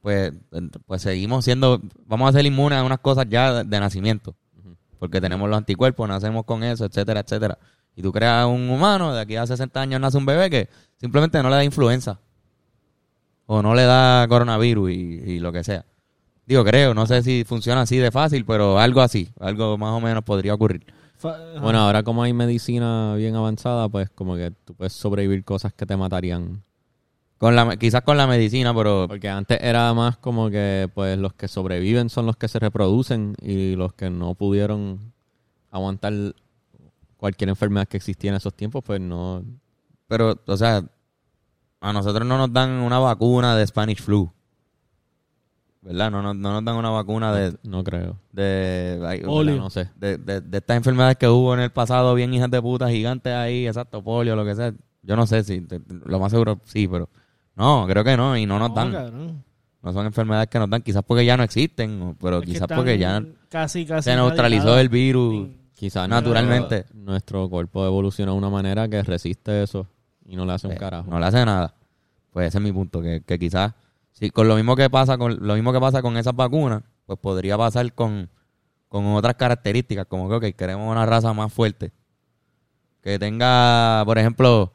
Speaker 1: pues, en- pues seguimos siendo, vamos a ser inmunes a unas cosas ya de, de nacimiento. Porque tenemos los anticuerpos, nacemos con eso, etcétera, etcétera. Y tú creas un humano, de aquí a 60 años nace un bebé que simplemente no le da influenza. O no le da coronavirus y, y lo que sea. Digo, creo, no sé si funciona así de fácil, pero algo así, algo más o menos podría ocurrir.
Speaker 2: Fa- ajá.
Speaker 3: Bueno, ahora como hay medicina bien avanzada, pues como que tú puedes sobrevivir cosas que te matarían.
Speaker 1: Con la, quizás con la medicina, pero
Speaker 3: Porque antes era más como que pues los que sobreviven son los que se reproducen y los que no pudieron aguantar cualquier enfermedad que existía en esos tiempos, pues no.
Speaker 1: pero o sea, a nosotros no nos dan una vacuna de Spanish flu. ¿Verdad? No, no, no nos dan una vacuna de
Speaker 3: No creo.
Speaker 1: de, ay,
Speaker 2: Polio.
Speaker 1: ¿verdad?
Speaker 3: No sé.
Speaker 1: de, de- de estas enfermedades que hubo en el pasado, bien hijas de puta, gigantes ahí, exacto, polio, lo que sea. Yo no sé si, te- lo más seguro sí, pero no, creo que no, y no nos
Speaker 2: No,
Speaker 1: dan.
Speaker 2: cabrón.
Speaker 1: No son enfermedades que nos dan, quizás porque ya no existen, o- pero
Speaker 2: Es que
Speaker 1: quizás
Speaker 2: están
Speaker 1: porque ya
Speaker 2: casi, casi
Speaker 1: se neutralizó
Speaker 2: erradicados.
Speaker 1: el virus.
Speaker 2: Sí.
Speaker 3: Quizás
Speaker 1: Naturalmente.
Speaker 3: Nuestro, nuestro cuerpo evoluciona de una manera que resiste eso y no le hace un
Speaker 1: Eh,
Speaker 3: carajo.
Speaker 1: No le hace nada. Pues ese es mi punto, que, que quizás, si con lo mismo que pasa con lo mismo que pasa con esas vacunas, pues podría pasar con, con otras características, como que ok, queremos una raza más fuerte. Que tenga, por ejemplo,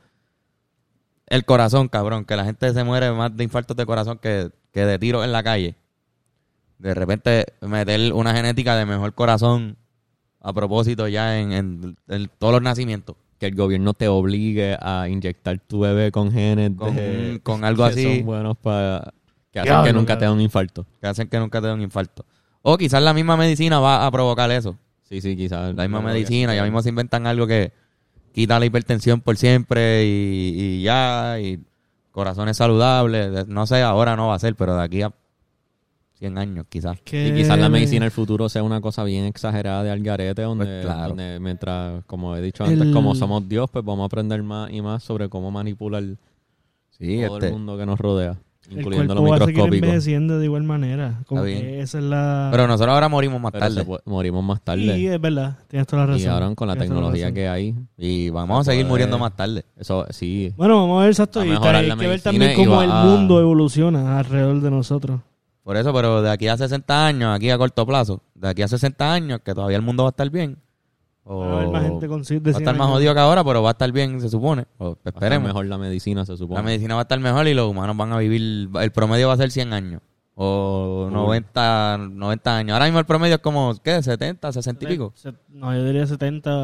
Speaker 1: el corazón, cabrón, que la gente se muere más de infartos de corazón que, que de tiros en la calle. De repente meter una genética de mejor corazón a propósito ya en, en- en todos los nacimientos.
Speaker 3: Que el gobierno te obligue a inyectar tu bebé con genes
Speaker 1: Con,
Speaker 3: de-
Speaker 1: con algo
Speaker 3: que
Speaker 1: así.
Speaker 3: son buenos para que hacen
Speaker 2: Diablo,
Speaker 3: que nunca
Speaker 2: cabrón.
Speaker 3: te den un infarto.
Speaker 1: que hacen que nunca te dé un infarto. O quizás la misma medicina va a provocar eso.
Speaker 3: Sí, sí, quizás.
Speaker 1: La misma medicina, ya mismo se inventan algo que quita la hipertensión por siempre y, y ya, y corazones saludables. No sé, ahora no va a ser, pero de aquí a 100 años quizás.
Speaker 2: Que-
Speaker 3: Y quizás la medicina del futuro sea una cosa bien exagerada de algarete, donde,
Speaker 1: Pues claro.
Speaker 3: donde mientras, como he dicho antes,
Speaker 2: El-
Speaker 3: como somos Dios, pues vamos a aprender más y más sobre cómo manipular
Speaker 1: Sí,
Speaker 3: todo el
Speaker 1: este,
Speaker 3: mundo que nos rodea,
Speaker 2: El
Speaker 3: incluyendo lo
Speaker 2: cuerpo va a seguir
Speaker 3: microscópico.
Speaker 2: envejeciendo de igual manera. Como
Speaker 1: Está bien.
Speaker 2: que esa es la...
Speaker 1: pero nosotros ahora morimos más
Speaker 3: Pero se
Speaker 1: tarde.
Speaker 3: pu- morimos más
Speaker 2: Sí,
Speaker 3: tarde.
Speaker 2: es verdad. Tienes toda la
Speaker 3: Y,
Speaker 2: razón.
Speaker 3: ahora con la
Speaker 2: Tienes toda
Speaker 3: tecnología
Speaker 2: razón.
Speaker 3: que hay,
Speaker 1: Y vamos a seguir
Speaker 3: Joder.
Speaker 1: muriendo más tarde.
Speaker 3: eso sí.
Speaker 2: Bueno, vamos a ver exacto.
Speaker 3: Va a
Speaker 2: Y
Speaker 3: mejorar
Speaker 2: hay
Speaker 3: la
Speaker 2: que ver
Speaker 3: medicina
Speaker 2: también
Speaker 3: y
Speaker 2: cómo
Speaker 3: va
Speaker 2: el
Speaker 3: a-
Speaker 2: mundo evoluciona alrededor de nosotros.
Speaker 1: Por eso, pero de aquí a 60 años, aquí a corto plazo, de aquí a 60 años, que todavía el mundo va a estar bien. O
Speaker 2: Va a haber Ah,
Speaker 3: Oh.
Speaker 2: más gente con SIDA
Speaker 1: va a
Speaker 2: de
Speaker 1: estar
Speaker 2: 100
Speaker 1: más
Speaker 2: años.
Speaker 1: jodido que ahora, pero va a estar bien, se supone. O
Speaker 3: va a estar
Speaker 1: esperemos.
Speaker 3: mejor la medicina, se supone.
Speaker 1: La medicina va a estar mejor y los humanos van a vivir, el promedio va a ser 100 años. O 90, 90 años. Ahora mismo el promedio es como, ¿qué? 70, 60 y pico.
Speaker 2: Eh, Se- No, yo diría 70,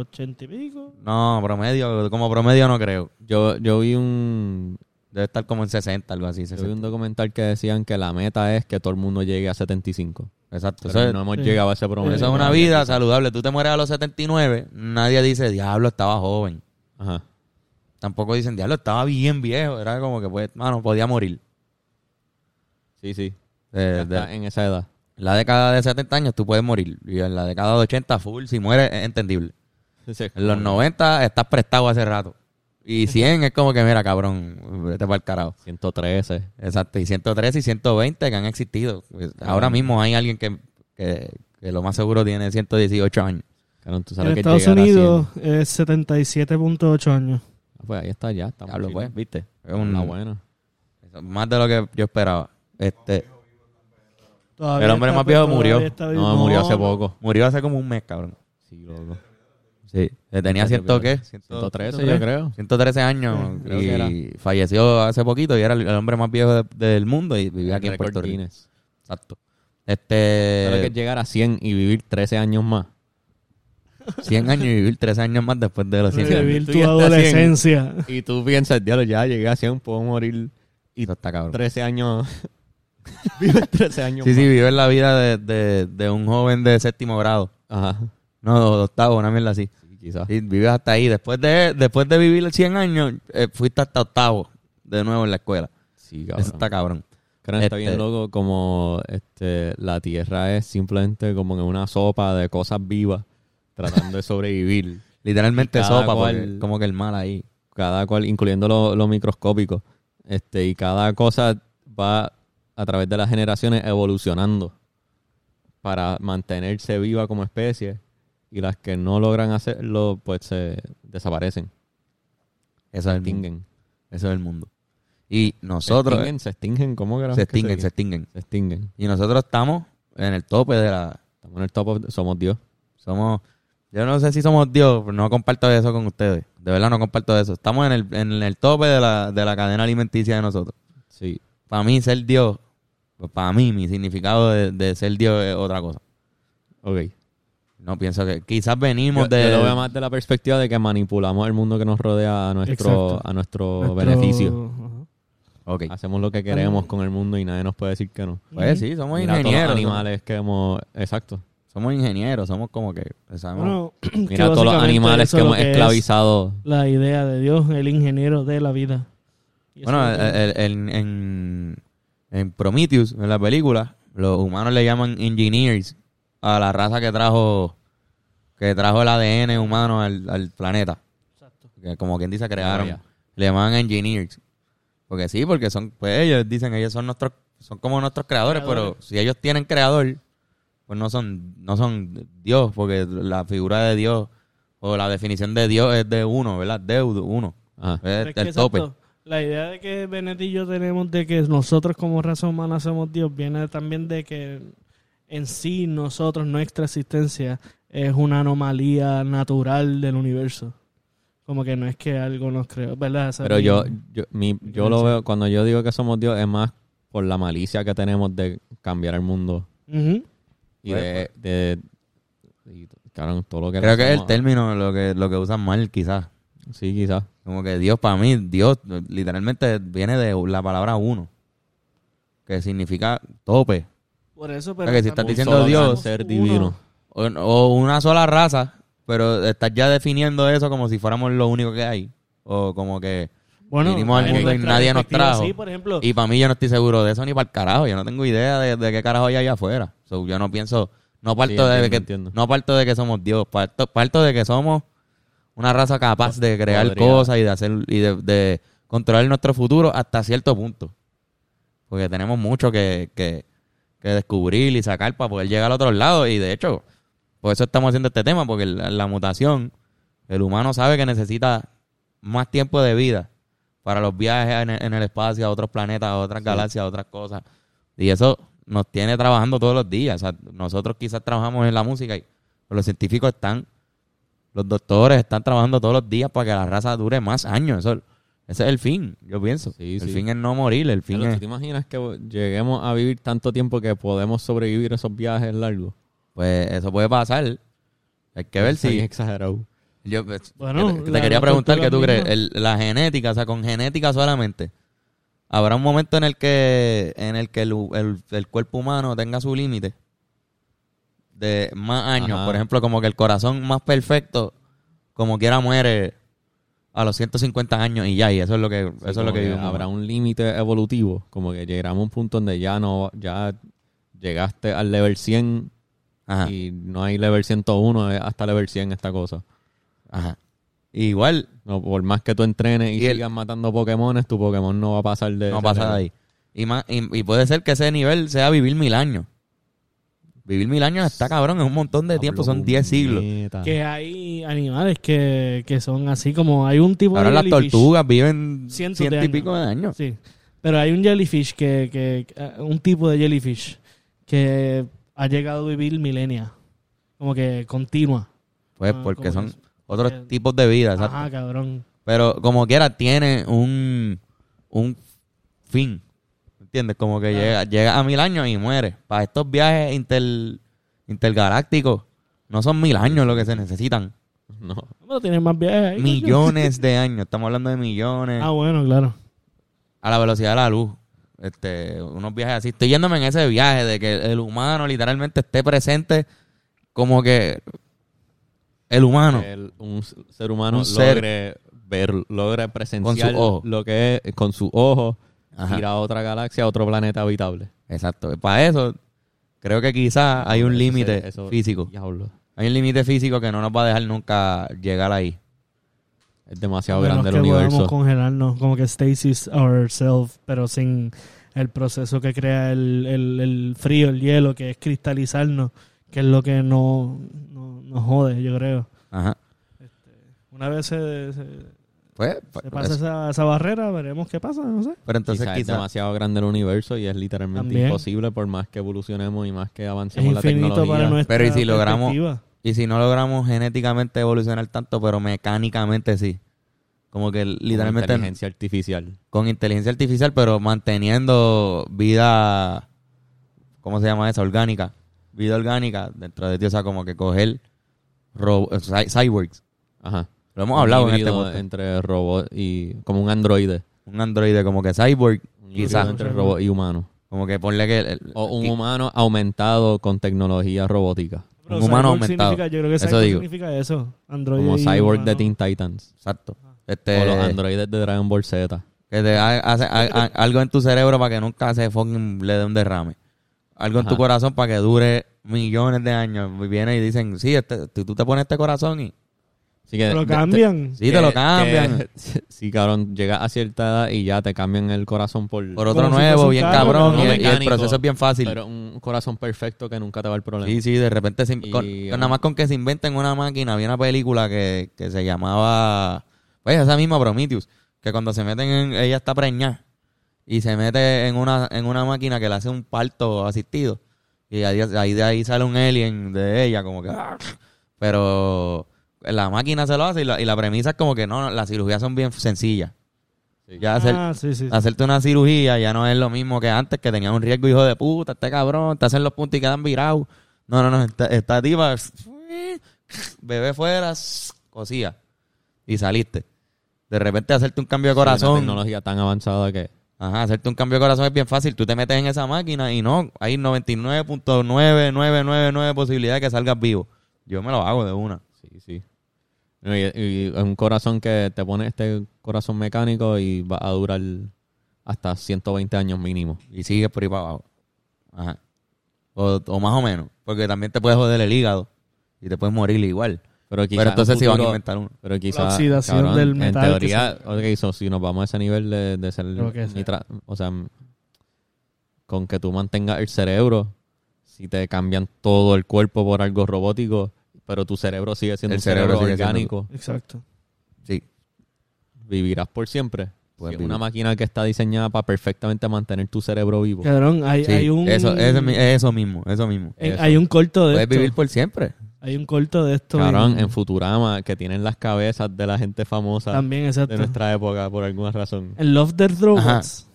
Speaker 2: 80 y pico.
Speaker 1: No, promedio, como promedio no creo.
Speaker 3: Yo, yo vi un
Speaker 1: Debe estar como en 60, algo así.
Speaker 3: yo vi
Speaker 1: 60.
Speaker 3: un documental que decían que la meta es que todo el mundo llegue a 75.
Speaker 1: Exacto.
Speaker 3: Pero
Speaker 1: Eso es,
Speaker 3: no hemos
Speaker 2: Sí.
Speaker 3: llegado a ese promedio.
Speaker 1: eso es una vida saludable. Tú te mueres a los 79, nadie dice, diablo, estaba joven.
Speaker 3: Ajá.
Speaker 1: Tampoco dicen, diablo, estaba bien viejo. Era como que, pues, mano, podía morir.
Speaker 3: Sí, sí.
Speaker 1: Eh,
Speaker 3: Ya
Speaker 1: de-
Speaker 3: está en esa edad.
Speaker 1: la década de 70 años tú puedes morir. Y en la década de 80, full, si mueres, es entendible. En los 90 estás prestado hace rato. Y 100 es como que, mira, cabrón, vete para el carajo.
Speaker 3: 113.
Speaker 1: Exacto, y 113 y 120 que han existido. Pues,
Speaker 3: Ah.
Speaker 1: Ahora mismo hay alguien que, que, que lo más seguro tiene 118 años.
Speaker 3: Claro, tú sabes
Speaker 2: En
Speaker 3: que
Speaker 2: Estados
Speaker 3: llegar a
Speaker 2: Unidos es 77.8 años.
Speaker 3: 100. Ah, pues ahí está, ya. Estamos
Speaker 1: Diablo, pues,
Speaker 3: chilling.
Speaker 1: viste. Es un-
Speaker 3: Una buena.
Speaker 1: eso es más de lo que yo esperaba. Este
Speaker 2: Todavía
Speaker 1: El hombre
Speaker 2: está-
Speaker 1: más
Speaker 2: pues,
Speaker 1: viejo
Speaker 2: todavía
Speaker 1: murió.
Speaker 2: está vivo.
Speaker 3: No, murió hace poco.
Speaker 1: murió hace como un mes, cabrón.
Speaker 3: Sí, loco.
Speaker 1: Sí, le tenía
Speaker 3: Espérate,
Speaker 1: 100 qué?
Speaker 3: espérate.
Speaker 1: 100
Speaker 3: 113, yo
Speaker 2: 113.
Speaker 3: creo.
Speaker 1: 113 años
Speaker 3: Sí, creo que
Speaker 1: y falleció hace poquito y era el el hombre más viejo de- del mundo y vivía aquí en
Speaker 3: Record
Speaker 1: Puerto Rico.
Speaker 3: Guinness.
Speaker 1: Exacto. Este
Speaker 3: Pero que llegar a 100 y vivir 13 años más.
Speaker 1: 100 años y vivir 13 años más después de los 100 años.
Speaker 2: Revivir
Speaker 3: Tú
Speaker 2: tu
Speaker 3: ya estás
Speaker 2: adolescencia.
Speaker 3: Y tú piensas, diablo, ya llegué a 100, puedo morir
Speaker 1: Eso está cabrón.
Speaker 3: 13 años. Vive 13 años
Speaker 1: Sí,
Speaker 3: más.
Speaker 1: sí, vive la vida de, de- de un joven de séptimo grado.
Speaker 3: Ajá.
Speaker 1: No, de octavo, una mierda así.
Speaker 3: Quizás.
Speaker 1: Sí, vives hasta ahí. Después de, después de vivir los 100 años, eh, fuiste hasta octavo de nuevo en la escuela.
Speaker 3: Sí, cabrón.
Speaker 1: Eso está cabrón.
Speaker 3: Creo que está
Speaker 1: Este-
Speaker 3: bien loco como este, la tierra es simplemente como que una sopa de cosas vivas tratando de sobrevivir.
Speaker 1: Literalmente
Speaker 3: Y cada
Speaker 1: sopa, porque
Speaker 3: cual-
Speaker 1: es como que el mal ahí.
Speaker 3: Cada cual, incluyendo lo, lo microscópico. Este, y cada cosa va a través de las generaciones evolucionando para mantenerse viva como especie. Y las que no logran hacerlo, pues se desaparecen,
Speaker 1: Eso es el mundo.
Speaker 3: extinguen.
Speaker 1: Eso es el mundo. Y
Speaker 3: se
Speaker 1: nosotros eh,
Speaker 3: extinguen, se extinguen, ¿cómo carajo
Speaker 1: se
Speaker 3: es que
Speaker 1: extinguen, se extinguen.
Speaker 3: Se extinguen.
Speaker 1: Y nosotros estamos en el tope de la...
Speaker 3: Estamos en el top of- somos Dios.
Speaker 1: Somos... Yo no sé si somos Dios, pero no comparto eso con ustedes. De verdad no comparto eso. Estamos en el, en el tope de la, de la cadena alimenticia de nosotros.
Speaker 3: Sí.
Speaker 1: Para mí ser Dios, pues, para mí mi significado de, de ser Dios es otra cosa.
Speaker 3: Ok.
Speaker 1: No pienso que... Quizás venimos
Speaker 3: Yo-
Speaker 1: de...
Speaker 3: yo lo veo más de la perspectiva de que manipulamos el mundo que nos rodea a nuestro,
Speaker 2: Exacto.
Speaker 3: a nuestro,
Speaker 2: Nuestro-
Speaker 3: beneficio.
Speaker 2: Ajá.
Speaker 1: Ok.
Speaker 3: Hacemos lo que queremos con el mundo y nadie nos puede decir que no.
Speaker 1: Pues sí, somos
Speaker 3: Mira todos los
Speaker 1: ingenieros.
Speaker 3: animales que hemos... Exacto.
Speaker 1: Somos, somos ingenieros, somos como que... sabemos-
Speaker 2: Bueno, que
Speaker 3: Mira todos los
Speaker 2: básicamente
Speaker 3: animales
Speaker 2: eso
Speaker 3: que
Speaker 2: es lo
Speaker 3: hemos
Speaker 2: es
Speaker 3: esclavizado.
Speaker 2: La idea de Dios, el ingeniero de la vida. Y eso
Speaker 1: Bueno,
Speaker 2: es lo
Speaker 3: eh,
Speaker 2: que-
Speaker 1: el- el- en, en- en Prometheus, en la película, los humanos le llaman engineers a la raza que trajo que trajo el ADN humano al, al planeta. Que como quien dice, crearon.
Speaker 3: ya.
Speaker 1: Le llaman engineers. Porque sí, porque son, pues ellos dicen, ellos son nuestros, son como nuestros creadores, pero
Speaker 2: Creadores.
Speaker 1: si ellos tienen creador, pues no son, no son Dios, porque la figura de Dios o la definición de Dios es de uno, ¿verdad? Deudo, uno.
Speaker 3: Ajá.
Speaker 1: Es
Speaker 2: Pero es que
Speaker 1: el tope.
Speaker 2: exacto, La idea de que Benet y yo tenemos de que nosotros como raza humana somos Dios viene también de que en sí nosotros, nuestra existencia, es una anomalía natural del universo. Como que no es que algo nos creó, ¿verdad? Esa
Speaker 3: Pero
Speaker 2: es mi-
Speaker 3: yo, yo, mi- yo lo veo... Cuando yo digo que somos Dios es más por la malicia que tenemos de cambiar el mundo.
Speaker 2: Ujú.
Speaker 3: Y de... de- y, claro, todo lo que... le
Speaker 1: Pues, Creo que es el
Speaker 3: hacemos-
Speaker 1: término lo que, lo que usan mal, quizás.
Speaker 3: Sí, quizás.
Speaker 1: Como que Dios para mí, Dios literalmente viene de la palabra uno, que significa tope,
Speaker 2: Por eso, pero...
Speaker 1: que si estás
Speaker 2: estamos-
Speaker 1: diciendo
Speaker 2: somos
Speaker 1: Dios,
Speaker 2: uno.
Speaker 3: ser divino.
Speaker 1: o, o una sola raza, pero estás ya definiendo eso como si fuéramos lo único que hay, o como que
Speaker 2: Bueno,
Speaker 1: Vinimos al
Speaker 2: en
Speaker 1: mundo y
Speaker 2: nuestra
Speaker 1: nadie nos
Speaker 2: perspectiva,
Speaker 1: trajo.
Speaker 2: Sí, por ejemplo,
Speaker 1: Y para mí yo no estoy seguro de eso ni para el carajo. Yo no tengo idea de, de qué carajo hay allá afuera. So, yo no pienso, no parto
Speaker 3: Sí, entiendo,
Speaker 1: de que
Speaker 3: entiendo.
Speaker 1: no parto de que somos Dios, parto, parto de que somos una raza capaz de crear
Speaker 3: Podría.
Speaker 1: cosas y de hacer y de, de controlar nuestro futuro hasta cierto punto. Porque tenemos mucho que, que- que descubrir y sacar para poder llegar al otro lado. Y de hecho, por eso estamos haciendo este tema, porque la, la mutación, el humano sabe que necesita más tiempo de vida para los viajes en el, en el espacio, a otros planetas, a otras galaxias, a otras cosas. Y eso nos tiene trabajando todos los días. O sea, nosotros quizás trabajamos en la música y los científicos están, los doctores están trabajando todos los días para que la raza dure más años. Eso, ese es el fin, yo pienso.
Speaker 3: Sí,
Speaker 1: el
Speaker 3: sí.
Speaker 1: fin es no morir, el fin
Speaker 3: Pero, ¿tú
Speaker 1: es...
Speaker 3: te imaginas que lleguemos a vivir tanto tiempo que podemos sobrevivir esos viajes largos?
Speaker 1: Pues eso puede pasar. Hay que ver
Speaker 3: Bien
Speaker 1: si...
Speaker 3: exagerado.
Speaker 1: Yo pues,
Speaker 2: Bueno,
Speaker 1: que te, que te
Speaker 2: la-
Speaker 1: quería
Speaker 2: la
Speaker 1: preguntar
Speaker 2: cultura
Speaker 1: que tú crees,
Speaker 2: misma.
Speaker 1: el- la genética, o sea, con genética solamente, ¿habrá un momento en el que en el que el, el- el cuerpo humano tenga su límite de más años?
Speaker 3: Ajá.
Speaker 1: Por ejemplo, como que el corazón más perfecto, como quiera muere a los 150 años y ya, y eso es lo que eso
Speaker 3: Sí,
Speaker 1: es lo
Speaker 3: como
Speaker 1: que vivimos.
Speaker 3: habrá un límite evolutivo, como que llegamos a un punto donde ya no ya llegaste al level 100
Speaker 1: Ajá,
Speaker 3: y no hay level 101, es hasta level 100 esta cosa.
Speaker 1: ajá. Igual
Speaker 3: No, por más que tú entrenes y,
Speaker 1: Y el-
Speaker 3: sigas matando Pokémones, tu Pokémon no va a pasar de
Speaker 1: no
Speaker 3: ese
Speaker 1: pasa de
Speaker 3: level.
Speaker 1: ahí. Y, más, y, y puede ser que ese nivel sea vivir mil años. Vivir mil años está cabrón, es un montón de tiempo, son 10 siglos.
Speaker 3: Ah, Puñeta.
Speaker 2: que hay animales que, que son así como hay un tipo
Speaker 1: Ahora
Speaker 2: de
Speaker 1: las
Speaker 2: jellyfish.
Speaker 1: tortugas viven
Speaker 2: Cientos
Speaker 1: ciento
Speaker 2: de
Speaker 1: y
Speaker 2: años.
Speaker 1: pico de años.
Speaker 2: Sí. Pero hay un jellyfish que, que- que- eh, un tipo de jellyfish que ha llegado a vivir milenia. Como que continua.
Speaker 1: Pues
Speaker 2: Ah,
Speaker 1: porque
Speaker 2: ¿cómo
Speaker 1: son
Speaker 2: que
Speaker 1: otros
Speaker 2: Bien.
Speaker 1: tipos de vida. exacto.
Speaker 2: Ajá, cabrón.
Speaker 1: Pero como quiera, tiene un, un fin. ¿Entiendes? Como que llega, llega a mil años y muere. Para estos viajes inter- intergalácticos, no son mil años lo que se necesitan.
Speaker 3: No.
Speaker 2: Pero tienen más viajes ahí, coño.
Speaker 1: Millones de años. Estamos hablando de millones.
Speaker 2: Ah, bueno, claro.
Speaker 1: a la velocidad de la luz. Este, unos viajes así. Estoy yéndome en ese viaje de que el humano literalmente esté presente como que el humano.
Speaker 3: Que el- un s- ser humano
Speaker 1: Un ser-
Speaker 3: logre ver, logre presenciar
Speaker 1: ojo.
Speaker 3: lo que es eh, con su ojo
Speaker 1: Ajá.
Speaker 3: ir a otra galaxia, a otro planeta habitable.
Speaker 1: Exacto. Para eso, creo que quizás hay un
Speaker 3: Eso
Speaker 1: límite
Speaker 3: se- eso-
Speaker 1: físico.
Speaker 3: Diablo.
Speaker 1: Hay un límite físico que no nos va a dejar nunca llegar ahí.
Speaker 3: Es
Speaker 2: A
Speaker 3: demasiado
Speaker 2: menos
Speaker 3: grande el
Speaker 2: que podamos
Speaker 3: universo.
Speaker 2: congelarnos como que stasis ourselves, pero sin el proceso que crea el, el- el frío, el hielo, que es cristalizarnos, que es lo que no, no- nos jode, yo creo.
Speaker 1: Ajá.
Speaker 2: Una vez se, se-
Speaker 1: Pues, pa-
Speaker 2: se pasa
Speaker 1: eso.
Speaker 2: esa, esa barrera, veremos qué pasa, no sé.
Speaker 1: pero entonces
Speaker 3: Quizás es
Speaker 1: quizás
Speaker 3: demasiado grande el universo y es literalmente
Speaker 2: También.
Speaker 3: imposible por más que evolucionemos y más que
Speaker 2: Es
Speaker 3: avancemos la
Speaker 2: infinito
Speaker 3: tecnología.
Speaker 2: para nuestra
Speaker 1: Pero ¿y si logramos-
Speaker 2: perspectiva.
Speaker 1: y si no logramos genéticamente evolucionar tanto, pero mecánicamente sí. Como que
Speaker 3: con
Speaker 1: literalmente
Speaker 3: inteligencia artificial.
Speaker 1: con inteligencia artificial, pero manteniendo vida, ¿cómo se llama eso? Orgánica. Vida orgánica dentro de ti, o sea, como que coger ro- eh, cy- cyborgs.
Speaker 3: Ajá.
Speaker 1: Lo hemos hablado
Speaker 3: Un
Speaker 1: en este
Speaker 3: híbrido
Speaker 1: podcast.
Speaker 3: entre robot y como un androide.
Speaker 1: Un androide como que cyborg,
Speaker 3: Un híbrido
Speaker 1: quizás.
Speaker 3: entre robot y humano.
Speaker 1: Como que ponle que... el-
Speaker 3: O un
Speaker 1: qui-
Speaker 3: humano aumentado con tecnología robótica.
Speaker 2: Pero
Speaker 1: un humano
Speaker 2: cyborg
Speaker 1: aumentado.
Speaker 2: significa- yo creo que
Speaker 1: Eso
Speaker 2: cyborg
Speaker 1: digo.
Speaker 2: significa eso. Android
Speaker 3: Como
Speaker 2: y
Speaker 3: Cyborg de
Speaker 2: humano.
Speaker 3: Teen Titans.
Speaker 1: Exacto.
Speaker 3: O los
Speaker 1: Este,
Speaker 3: androides de Dragon Ball Z.
Speaker 1: que te ha- hace a- a- algo en tu cerebro para que nunca se fucking le dé un derrame. Algo en tu
Speaker 3: Ajá.
Speaker 1: corazón para que dure millones de años. Y Vienen y dicen, sí, este- tú tú te pones este corazón y...
Speaker 3: Así que,
Speaker 2: Lo
Speaker 3: de-
Speaker 2: cambian.
Speaker 1: Sí, te lo
Speaker 3: que-
Speaker 1: cambian.
Speaker 3: que- sí, cabrón. Llegas a cierta edad y ya te cambian el corazón por...
Speaker 1: por otro
Speaker 2: Como si fuese
Speaker 1: nuevo,
Speaker 2: un
Speaker 1: bien
Speaker 2: carro,
Speaker 1: cabrón.
Speaker 3: ¿no?
Speaker 1: y, el- y el
Speaker 3: Mecánico,
Speaker 1: proceso es bien fácil.
Speaker 3: Pero un corazón perfecto que nunca te va el problema.
Speaker 1: sí, sí, de repente, se in-
Speaker 3: Y-
Speaker 1: con- con nada más con que se inventen una máquina, había una película que, que se llamaba, pues esa misma Prometheus, que cuando se meten en, ella está preñada y se mete en una, en una máquina que le hace un parto asistido. Y ahí, ahí de ahí sale un alien de ella, como que... "Ah". Pero la máquina se lo hace y la, y la premisa es como que no, las cirugías son bien sencillas.
Speaker 3: Sí.
Speaker 1: Ya hacer,
Speaker 2: Ah, sí, sí. sí.
Speaker 1: hacerte una cirugía ya no es lo mismo que antes, que tenía un riesgo, hijo de puta, este cabrón, te hacen los puntos y quedan virados. No, no, no, esta, esta tipa, bebé fuera, cosía, y saliste. De repente hacerte un cambio de
Speaker 3: Una
Speaker 1: corazón,
Speaker 3: tecnología tan avanzada que...
Speaker 1: ajá, hacerte un cambio de corazón es bien fácil, tú te metes en esa máquina y no, hay 99.9999 posibilidades de que salgas vivo. Yo me lo hago de una.
Speaker 3: Sí, sí. Y, y un corazón que te pone este corazón mecánico y va a durar hasta 120 años mínimo.
Speaker 1: Y sigues por ahí para abajo. Ajá. O, o más o menos. Porque también te puedes joder el hígado. Y te puedes morir igual.
Speaker 3: Pero, quizá
Speaker 1: Pero entonces
Speaker 3: en
Speaker 1: si van a
Speaker 3: futuro-
Speaker 1: inventar uno.
Speaker 3: Pero quizás.
Speaker 2: oxidación del metal
Speaker 3: En
Speaker 2: que
Speaker 3: teoría, ok, so, si nos vamos a ese nivel de, de ser.
Speaker 2: Lo que sea.
Speaker 3: nitra- o sea, m- con que tú mantengas el cerebro, si te cambian todo el cuerpo por algo robótico, pero tu cerebro sigue siendo
Speaker 1: El
Speaker 3: un cerebro,
Speaker 1: cerebro sigue siendo-
Speaker 3: orgánico,
Speaker 2: Exacto.
Speaker 1: Sí.
Speaker 3: vivirás por siempre.
Speaker 1: Puedes
Speaker 3: Si es
Speaker 1: vivir.
Speaker 3: una máquina que está diseñada para perfectamente mantener tu cerebro vivo.
Speaker 2: Cabrón, hay,
Speaker 1: Sí,
Speaker 2: hay un.
Speaker 1: eso, eso mi- eso mismo, eso mismo.
Speaker 2: en-
Speaker 1: Eso.
Speaker 2: hay un corto de
Speaker 1: Puedes
Speaker 2: esto.
Speaker 1: vivir por siempre.
Speaker 2: Hay un corto de esto.
Speaker 3: Cabrón,
Speaker 2: en-
Speaker 3: en Futurama, que tienen las cabezas de la gente famosa
Speaker 2: También,
Speaker 3: de
Speaker 2: exacto.
Speaker 3: nuestra época por alguna razón.
Speaker 2: En Love the Robots.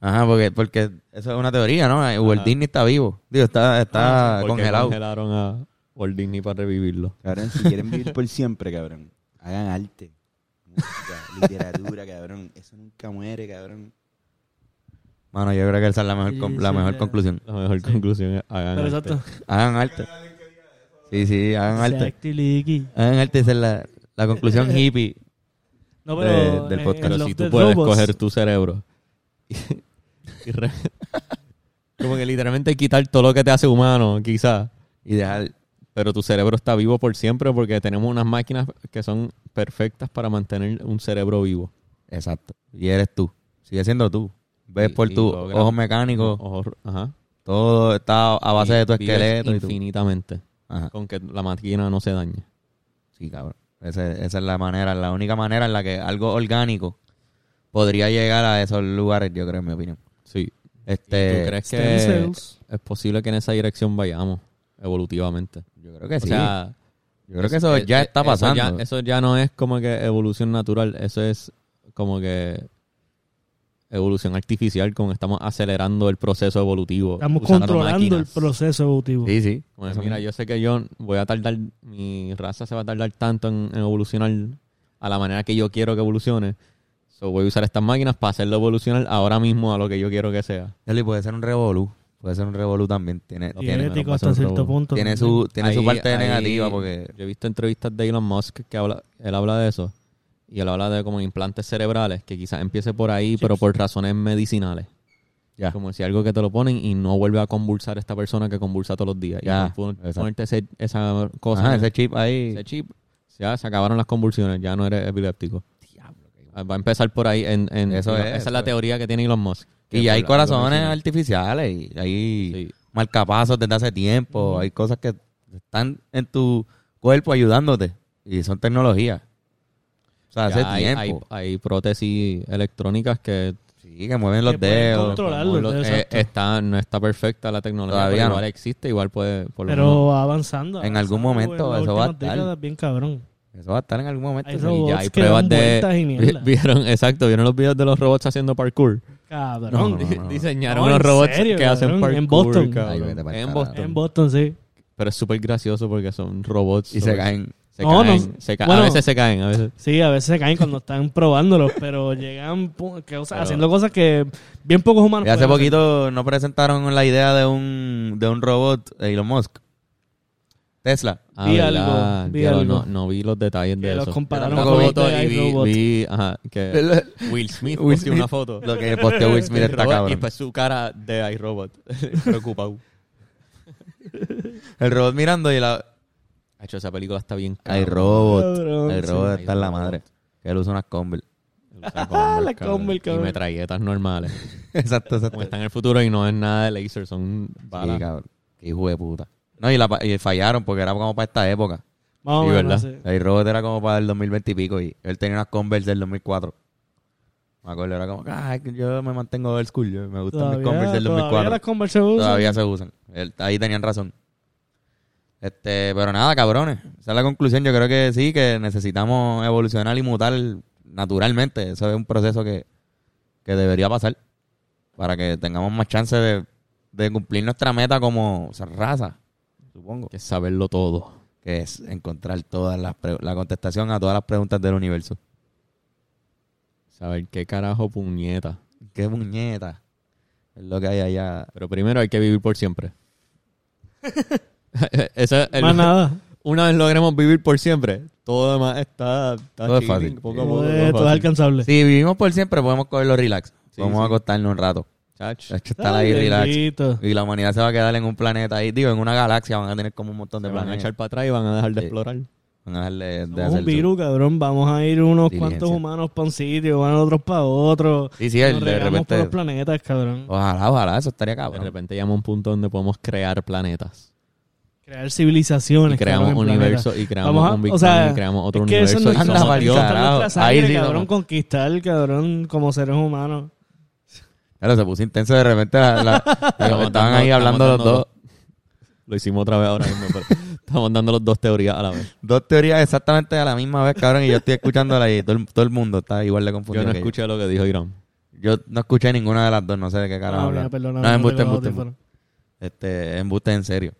Speaker 1: Ajá, porque, porque eso es una teoría, ¿no? Eh, Walt
Speaker 3: Ajá. Ah,
Speaker 1: Disney está vivo. Digo, está, está
Speaker 3: Porque
Speaker 1: Ah, congelado.
Speaker 3: congelaron a Walt Disney para revivirlo.
Speaker 5: Cabrón, si quieren vivir por siempre, cabrón, hagan arte, música, literatura, cabrón. Eso nunca muere, cabrón.
Speaker 1: Mano, yo creo que esa es la mejor, con- la
Speaker 2: Sí, sí,
Speaker 1: mejor
Speaker 2: ya.
Speaker 1: conclusión.
Speaker 3: La mejor conclusión es hagan
Speaker 2: Pero
Speaker 3: arte.
Speaker 2: exacto.
Speaker 1: Hagan arte. Sí, sí, hagan arte.
Speaker 2: Exacto, y liqui.
Speaker 1: Hagan arte, esa es la, la conclusión hippie.
Speaker 2: No,
Speaker 1: De-
Speaker 2: pero.
Speaker 1: del
Speaker 2: en-
Speaker 1: podcast.
Speaker 2: en
Speaker 3: Pero
Speaker 2: Love
Speaker 3: si
Speaker 2: the
Speaker 3: tú puedes
Speaker 2: Robots-
Speaker 3: coger tu cerebro y, y re- como que literalmente quitar todo lo que te hace humano, quizás,
Speaker 1: Y dejar.
Speaker 3: pero tu cerebro está vivo por siempre porque tenemos unas máquinas que son perfectas para mantener un cerebro vivo.
Speaker 1: Exacto. Y eres tú. Sigue siendo tú. Ves
Speaker 3: Y-
Speaker 1: por
Speaker 3: y
Speaker 1: tus
Speaker 3: logra-
Speaker 1: ojos mecánicos.
Speaker 3: Ojo, ajá.
Speaker 1: Todo está a base de tu
Speaker 3: Y vives
Speaker 1: esqueleto. Y tu...
Speaker 3: infinitamente,
Speaker 1: Ajá.
Speaker 3: con que la máquina no se dañe.
Speaker 1: Sí, cabrón. Ese- esa es la manera, la única manera en la que algo orgánico podría llegar a esos lugares, yo creo, en mi opinión.
Speaker 3: Sí.
Speaker 1: Este,
Speaker 3: ¿Tú crees
Speaker 2: Stem
Speaker 3: que
Speaker 2: cells.
Speaker 3: es posible que en esa dirección vayamos evolutivamente?
Speaker 1: Yo creo que sí.
Speaker 3: O sea,
Speaker 1: yo creo que eso ya
Speaker 3: eh,
Speaker 1: está
Speaker 3: eso ya-
Speaker 1: pasando.
Speaker 3: Eso ya, no es como que evolución natural, eso es como que evolución artificial, como estamos acelerando el proceso evolutivo.
Speaker 2: Estamos
Speaker 3: usando
Speaker 2: controlando el
Speaker 3: máquinas.
Speaker 2: proceso evolutivo.
Speaker 1: Sí, sí.
Speaker 3: Como que,
Speaker 1: Eso
Speaker 3: mira,
Speaker 1: mismo.
Speaker 3: yo sé que yo voy a tardar, mi raza se va a tardar tanto en, en evolucionar a la manera que yo quiero que evolucione. So, voy a usar estas máquinas para hacerlo evolucionar ahora mismo a lo que yo quiero que sea.
Speaker 1: Dale, puede ser un revolú. Puede ser un revolú también. Tiene,
Speaker 2: Y
Speaker 1: tiene,
Speaker 2: ético hasta
Speaker 3: pasa un
Speaker 2: cierto
Speaker 3: robo.
Speaker 2: punto.
Speaker 1: tiene su, tiene su
Speaker 3: Ahí-
Speaker 1: parte
Speaker 3: ahí-
Speaker 1: negativa porque...
Speaker 3: Yo he visto entrevistas de Elon Musk que habla, él habla de eso. Y él habla de como implantes cerebrales, que quizás empiece por ahí, pero por razones medicinales.
Speaker 1: Ya.
Speaker 3: Como si algo que te lo ponen y no vuelve a convulsar esta persona que convulsa todos los días.
Speaker 1: Ya,
Speaker 3: y por pon-
Speaker 1: exacto.
Speaker 3: ponerte ese- esa cosa,
Speaker 1: Ajá,
Speaker 3: ese,
Speaker 1: ese chip ahí...
Speaker 3: chip, ya se acabaron las convulsiones, ya no eres epiléptico. Ah, Va a empezar por ahí. En, en-
Speaker 1: Eso
Speaker 3: en-
Speaker 1: es,
Speaker 3: esa
Speaker 1: eso
Speaker 3: es la
Speaker 1: es.
Speaker 3: teoría que tiene Elon Musk.
Speaker 1: Y
Speaker 3: Que
Speaker 1: hay
Speaker 3: por algo
Speaker 1: corazones
Speaker 3: medicinal.
Speaker 1: artificiales y hay
Speaker 3: Sí.
Speaker 1: marcapasos desde hace tiempo. Hay cosas que están en tu cuerpo ayudándote y son tecnologías. O sea, hace
Speaker 3: Ya hay, hay-
Speaker 1: tiempo.
Speaker 3: hay prótesis electrónicas que
Speaker 1: sí, que mueven los
Speaker 2: Que pueden
Speaker 1: dedos.
Speaker 2: controlar
Speaker 3: Como
Speaker 2: los
Speaker 3: lo-
Speaker 2: dedos,
Speaker 3: eh,
Speaker 2: exacto.
Speaker 3: está, no está perfecta la tecnología,
Speaker 1: Todavía
Speaker 3: pero
Speaker 1: no.
Speaker 3: igual existe, igual puede. Por lo menos-
Speaker 2: Pero va avanzando.
Speaker 1: En algún
Speaker 2: avanzando,
Speaker 1: momento
Speaker 2: en las
Speaker 1: eso va a
Speaker 2: últimas
Speaker 1: estar.
Speaker 2: décadas, bien cabrón.
Speaker 1: Eso va a estar en algún momento.
Speaker 2: Hay
Speaker 1: sí.
Speaker 2: robots
Speaker 3: y ya hay
Speaker 2: que
Speaker 3: pruebas
Speaker 2: dan vueltas y
Speaker 3: de.
Speaker 2: mierda.
Speaker 3: Vieron, exacto, vieron los videos de los robots haciendo parkour.
Speaker 2: Cabrón.
Speaker 1: No, no, no.
Speaker 3: Diseñaron
Speaker 2: No,
Speaker 3: unos
Speaker 2: en
Speaker 3: robots
Speaker 2: serio,
Speaker 3: que hacen
Speaker 2: cabrón,
Speaker 3: parkour.
Speaker 2: en Boston.
Speaker 3: cabrón.
Speaker 1: Ay, vete pa'l
Speaker 3: En
Speaker 1: carajo.
Speaker 3: Boston.
Speaker 2: En Boston, sí.
Speaker 3: Pero es súper gracioso porque son robots.
Speaker 1: Y se
Speaker 3: súper-
Speaker 1: caen.
Speaker 3: se
Speaker 2: No,
Speaker 3: caen,
Speaker 2: no,
Speaker 3: se ca-
Speaker 2: bueno.
Speaker 3: a veces se caen, a veces.
Speaker 2: Sí, a veces se caen cuando están probándolos, pero llegan pu- que, o sea,
Speaker 3: Pero-
Speaker 2: haciendo cosas que bien pocos humanos.
Speaker 1: Y hace
Speaker 2: pueden hacer.
Speaker 1: poquito no presentaron la idea de un, de un robot de Elon Musk. Tesla.
Speaker 2: Vi
Speaker 3: Ah, ¿verdad?
Speaker 2: algo, vi
Speaker 3: Diablo,
Speaker 2: algo.
Speaker 3: No, no vi los detalles
Speaker 2: Que
Speaker 3: de
Speaker 2: los
Speaker 3: eso.
Speaker 2: compararon este,
Speaker 3: Era
Speaker 1: con
Speaker 3: una
Speaker 1: los
Speaker 3: foto
Speaker 2: de
Speaker 3: y vi,
Speaker 2: iRobot.
Speaker 3: vi, ajá, que Will Smith
Speaker 1: Will
Speaker 3: posteó una foto.
Speaker 1: Lo que posteó Will Smith
Speaker 3: El
Speaker 1: está
Speaker 3: robot, y
Speaker 1: cabrón.
Speaker 3: pues su cara de iRobot. Preocupado.
Speaker 1: El robot mirando y la...
Speaker 3: Hacho, esa película está bien cara.
Speaker 1: Hay robot.
Speaker 2: Cabrón,
Speaker 1: Hay
Speaker 2: sí.
Speaker 1: robot
Speaker 3: Hay
Speaker 1: está en la
Speaker 3: robot.
Speaker 1: madre. Que él usa unas Converse.
Speaker 2: La combo, el
Speaker 3: Y
Speaker 2: cabrón.
Speaker 3: metralletas normales.
Speaker 1: Exacto, exacto.
Speaker 3: Como está en el futuro y no es nada de laser, son
Speaker 1: Sí,
Speaker 3: balas.
Speaker 1: cabrón. Qué hijo de puta. No, y, la, pa- y fallaron porque era como para esta época.
Speaker 2: Más o
Speaker 3: Sí,
Speaker 2: menos,
Speaker 3: ¿verdad?
Speaker 2: sí.
Speaker 1: El robot era como para el 2020 y pico. Y él tenía unas Converse del 2004. Me acuerdo, era como, ah, es que yo me mantengo old school. yo- me gustan mis
Speaker 2: Todavía,
Speaker 1: Converse del
Speaker 2: todavía
Speaker 1: 2004.
Speaker 2: las Converse se usan.
Speaker 1: Todavía se usan. El- ahí tenían razón. Este, pero nada, cabrones. Esa es la conclusión. Yo creo que sí, que necesitamos evolucionar y mutar naturalmente. Eso es un proceso que, que debería pasar para que tengamos más chance de, de cumplir nuestra meta como raza, supongo.
Speaker 3: Que es saberlo todo.
Speaker 1: Que es encontrar todas las pre- la contestación a todas las preguntas del universo.
Speaker 3: Saber qué carajo puñeta.
Speaker 1: ¡Qué muñeta! Es lo que hay allá.
Speaker 3: Pero primero hay que vivir por siempre. Eso es el-
Speaker 2: Más nada.
Speaker 3: una vez logremos vivir por siempre, todo demás está, está
Speaker 1: Todo es
Speaker 3: chilling,
Speaker 1: fácil.
Speaker 3: poco a poco,
Speaker 2: Todo
Speaker 3: todo es
Speaker 2: es todo es
Speaker 3: fácil.
Speaker 2: alcanzable.
Speaker 1: Si vivimos por siempre, podemos cogerlo relax.
Speaker 3: Sí,
Speaker 1: Vamos
Speaker 3: sí.
Speaker 1: a acostarnos un rato.
Speaker 3: Chach.
Speaker 1: Hay que estar ahí
Speaker 2: Ay,
Speaker 1: relax.
Speaker 2: bendito.
Speaker 1: Y la humanidad se va a quedar en un planeta ahí, digo, en una galaxia. Van a tener como un montón de
Speaker 3: Se van a
Speaker 1: planetas.
Speaker 3: echar para atrás y van a dejar de
Speaker 1: Sí.
Speaker 3: explorar.
Speaker 1: Van a dejarle de
Speaker 2: Somos
Speaker 1: hacer
Speaker 2: un
Speaker 1: su-
Speaker 2: virus, cabrón. Vamos a ir unos
Speaker 1: Diligencia.
Speaker 2: cuantos humanos para un sitio, van otros para otro.
Speaker 1: Sí, sí, el-
Speaker 2: Nos
Speaker 1: de
Speaker 2: regamos por
Speaker 1: repente. Oh.
Speaker 2: los planetas, cabrón.
Speaker 1: Ojalá, ojalá, eso estaría
Speaker 3: De
Speaker 1: cabrón.
Speaker 3: repente llegamos a un punto donde podemos crear planetas.
Speaker 2: Crear civilizaciones.
Speaker 3: Y creamos
Speaker 2: cabrón, en planetas.
Speaker 3: universo y
Speaker 2: Vamos
Speaker 3: creamos
Speaker 2: a-
Speaker 3: un Big
Speaker 2: o sea,
Speaker 3: Bang y creamos otro
Speaker 2: es que
Speaker 3: universo.
Speaker 2: eso es
Speaker 3: y
Speaker 1: nuestra-
Speaker 2: nuestra,
Speaker 3: somos
Speaker 1: Anda, pa'l
Speaker 3: Dios.
Speaker 2: conquistar
Speaker 1: carajo.
Speaker 2: nuestra sangre,
Speaker 1: Ahí sí,
Speaker 2: cabrón,
Speaker 1: vamos.
Speaker 2: conquistar, cabrón, como seres humanos.
Speaker 1: Claro, se puso intenso de repente. la- la-
Speaker 3: Estamos
Speaker 1: estaban
Speaker 3: dando-
Speaker 1: ahí hablando los
Speaker 3: estamos
Speaker 1: dos.
Speaker 3: dando Lo hicimos otra vez ahora mismo. pero estamos dando las dos teorías a la vez.
Speaker 1: Dos teorías exactamente a la misma vez, cabrón. Y yo estoy escuchándola y todo el, todo el mundo está igual de
Speaker 3: Yo
Speaker 1: confundido.
Speaker 3: no
Speaker 1: que yo.
Speaker 3: escuché lo que dijo Irán.
Speaker 1: Yo no escuché ninguna de las dos, no sé de qué carajo
Speaker 2: Ah,
Speaker 1: hablan.
Speaker 2: mira, perdona,
Speaker 1: no,
Speaker 2: no
Speaker 1: embuste,
Speaker 2: tengo los
Speaker 1: embuste, embuste.
Speaker 2: audífonos.
Speaker 1: Este, embuste en serio.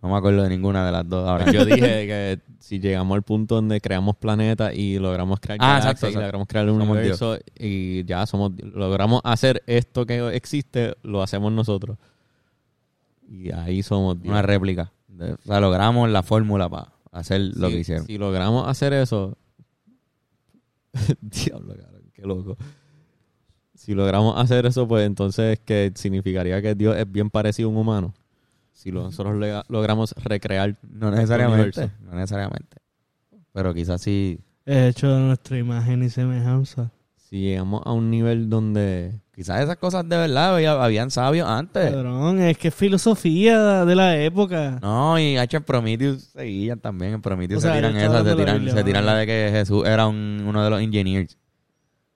Speaker 1: No me acuerdo de ninguna de las dos ahora.
Speaker 3: Pues Yo dije que si llegamos al punto donde creamos planetas y logramos crear
Speaker 1: Ah,
Speaker 3: galaxias
Speaker 1: exacto,
Speaker 3: y
Speaker 1: exacto.
Speaker 3: logramos crear un
Speaker 1: Somos
Speaker 3: universo y ya somos logramos hacer esto que existe, lo hacemos nosotros. Y ahí somos Dios.
Speaker 1: Una réplica. De- o sea, logramos la fórmula para hacer lo
Speaker 3: Si-
Speaker 1: que hicieron.
Speaker 3: Si logramos hacer eso. Diablo, cabrón, qué loco. Si logramos hacer eso, pues entonces que significaría que Dios es bien parecido a un humano. Si lo- nosotros le- logramos recrear
Speaker 1: No necesariamente.
Speaker 3: universo.
Speaker 1: No necesariamente. Pero quizás sí.
Speaker 2: He hecho de nuestra imagen y semejanza.
Speaker 3: Si llegamos a un nivel donde.
Speaker 1: Quizás esas cosas de verdad había- habían sabios antes.
Speaker 2: Cabrón, es que es filosofía de la época.
Speaker 1: Eh. No, y H en Prometheus seguían también. En Prometheus
Speaker 2: O sea,
Speaker 1: se tiran
Speaker 2: yo
Speaker 1: esas,
Speaker 2: estaba
Speaker 1: se
Speaker 2: hablando de la
Speaker 1: tiran,
Speaker 2: Biblia,
Speaker 1: se
Speaker 2: mano.
Speaker 1: tiran la de que Jesús era un- uno de los ingenieros.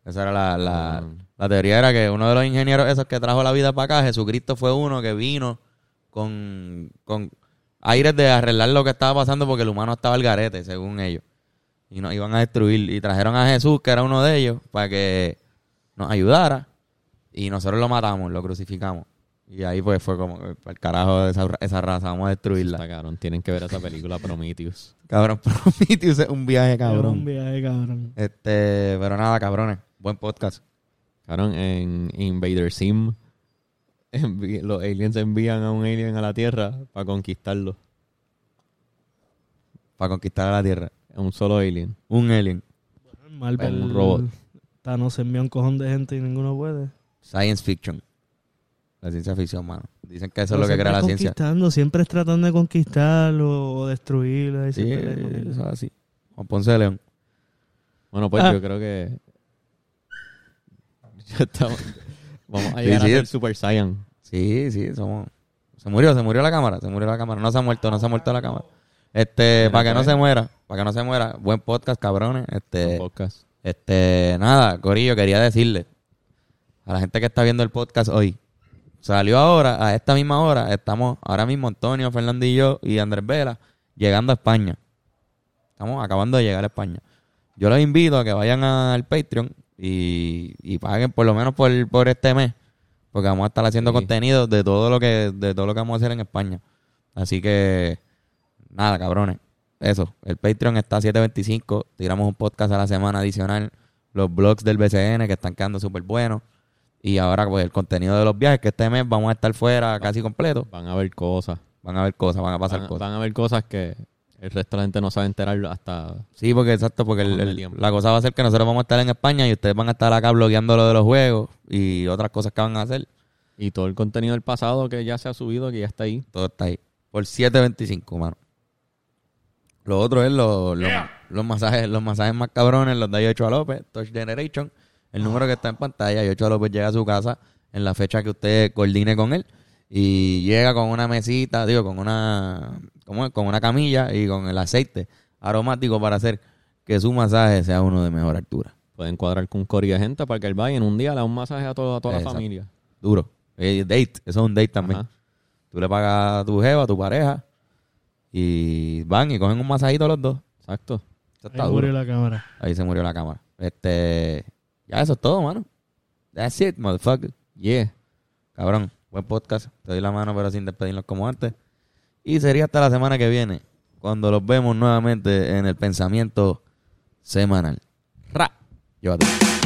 Speaker 1: Esa era la, la,
Speaker 3: Mm.
Speaker 1: la teoría, era que uno de los ingenieros esos que trajo la vida para acá, Jesucristo fue uno que vino con, con aires de arreglar lo que estaba pasando porque el humano estaba al garete, según ellos. Y nos iban a destruir. Y trajeron a Jesús, que era uno de ellos, para que nos ayudara. Y nosotros lo matamos, lo crucificamos. Y ahí pues fue como, el carajo de esa, esa raza, vamos a destruirla.
Speaker 3: Está cabrón, tienen que ver esa película Prometheus.
Speaker 1: Cabrón, Prometheus es un viaje,
Speaker 2: Es un
Speaker 1: cabrón.
Speaker 2: viaje, cabrón.
Speaker 1: Este, pero nada, cabrones. Buen podcast.
Speaker 3: Cabrón, en Invader Sim, envi- los aliens envían a un alien a la Tierra para conquistarlo.
Speaker 1: Para conquistar a la Tierra.
Speaker 3: A un solo alien.
Speaker 1: Un alien.
Speaker 2: Marvel,
Speaker 3: un robot.
Speaker 2: Thanos envió un cojón de gente y ninguno puede.
Speaker 1: Science fiction. La ciencia ficción, mano. Dicen que eso
Speaker 2: Pero
Speaker 1: es lo que
Speaker 2: siempre
Speaker 1: crea la ciencia.
Speaker 2: conquistando, Siempre es tratando de conquistarlo o destruirlo. ahí
Speaker 1: Sí,
Speaker 2: siempre le-
Speaker 1: eso es así. Juan Ponce de León.
Speaker 3: Bueno, pues
Speaker 2: Ah.
Speaker 3: yo creo que. Ya estamos. Vamos a
Speaker 1: Sí,
Speaker 3: llegar
Speaker 1: sí.
Speaker 3: a ser Super Saiyan.
Speaker 1: Sí, sí, somos... Se murió, se murió la cámara, se murió la cámara. No se ha muerto, no se ha muerto la cámara. Este, para que no se muera, para que no se muera. Buen podcast, cabrones. Este,
Speaker 3: Podcast.
Speaker 1: Este, nada, Corillo, quería decirle a la gente que está viendo el podcast hoy. Salió ahora, a esta misma hora, estamos ahora mismo Antonio, Fernando y yo y Andrés Vela llegando a España. Estamos acabando de llegar a España. Yo los invito a que vayan al Patreon y, y paguen por lo menos por, por este mes, porque vamos a estar haciendo
Speaker 3: Sí.
Speaker 1: contenido de todo lo que de todo lo que vamos a hacer en España. Así que nada, cabrones. Eso, el Patreon está a 725. Tiramos un podcast a la semana adicional. Los blogs del BCN que están quedando súper buenos. Y ahora, pues, el contenido de los viajes, que este mes vamos a estar fuera casi completo.
Speaker 3: Van a ver cosas.
Speaker 1: Van a ver cosas, van a pasar
Speaker 3: Van, a-
Speaker 1: cosas.
Speaker 3: van a ver cosas que el resto de la gente no sabe enterar hasta
Speaker 1: Sí, porque exacto, porque el-
Speaker 3: Vamos de
Speaker 1: el-
Speaker 3: tiempo.
Speaker 1: la cosa va a ser que nosotros vamos a estar en España y ustedes van a estar acá blogueando lo de los juegos y otras cosas que van a hacer.
Speaker 3: Y todo el contenido del pasado que ya se ha subido, que ya está ahí.
Speaker 1: Todo está ahí. Por 725, mano. Lo otro es lo- lo- los masajes, los masajes más cabrones, los de Yochoa López, Touch Generation, el número que está en pantalla, Yochoa López llega a su casa en la fecha que usted coordine con él y llega con una mesita, digo, con una ¿cómo es? con una camilla y con el aceite aromático para hacer que su masaje sea uno de mejor altura.
Speaker 3: Pueden cuadrar con un cori de gente para que él vaya en un día le da un masaje a, todo- a toda
Speaker 1: Exacto.
Speaker 3: la familia.
Speaker 1: Duro. Eh, date, eso es un date también.
Speaker 3: Ajá.
Speaker 1: Tú le pagas a tu jeva, a tu pareja y van y cogen un masajito los dos.
Speaker 3: Exacto.
Speaker 1: Eso está
Speaker 2: Ahí
Speaker 1: duro.
Speaker 2: murió la cámara.
Speaker 1: Ahí se murió la cámara. Este. Ya eso es todo, mano. That's it, motherfucker.
Speaker 3: Yeah.
Speaker 1: Cabrón, buen podcast. Te doy la mano, pero sin despedirnos como antes. Y sería hasta la semana que viene, cuando los vemos nuevamente en el pensamiento semanal. Ra. Llévatelo.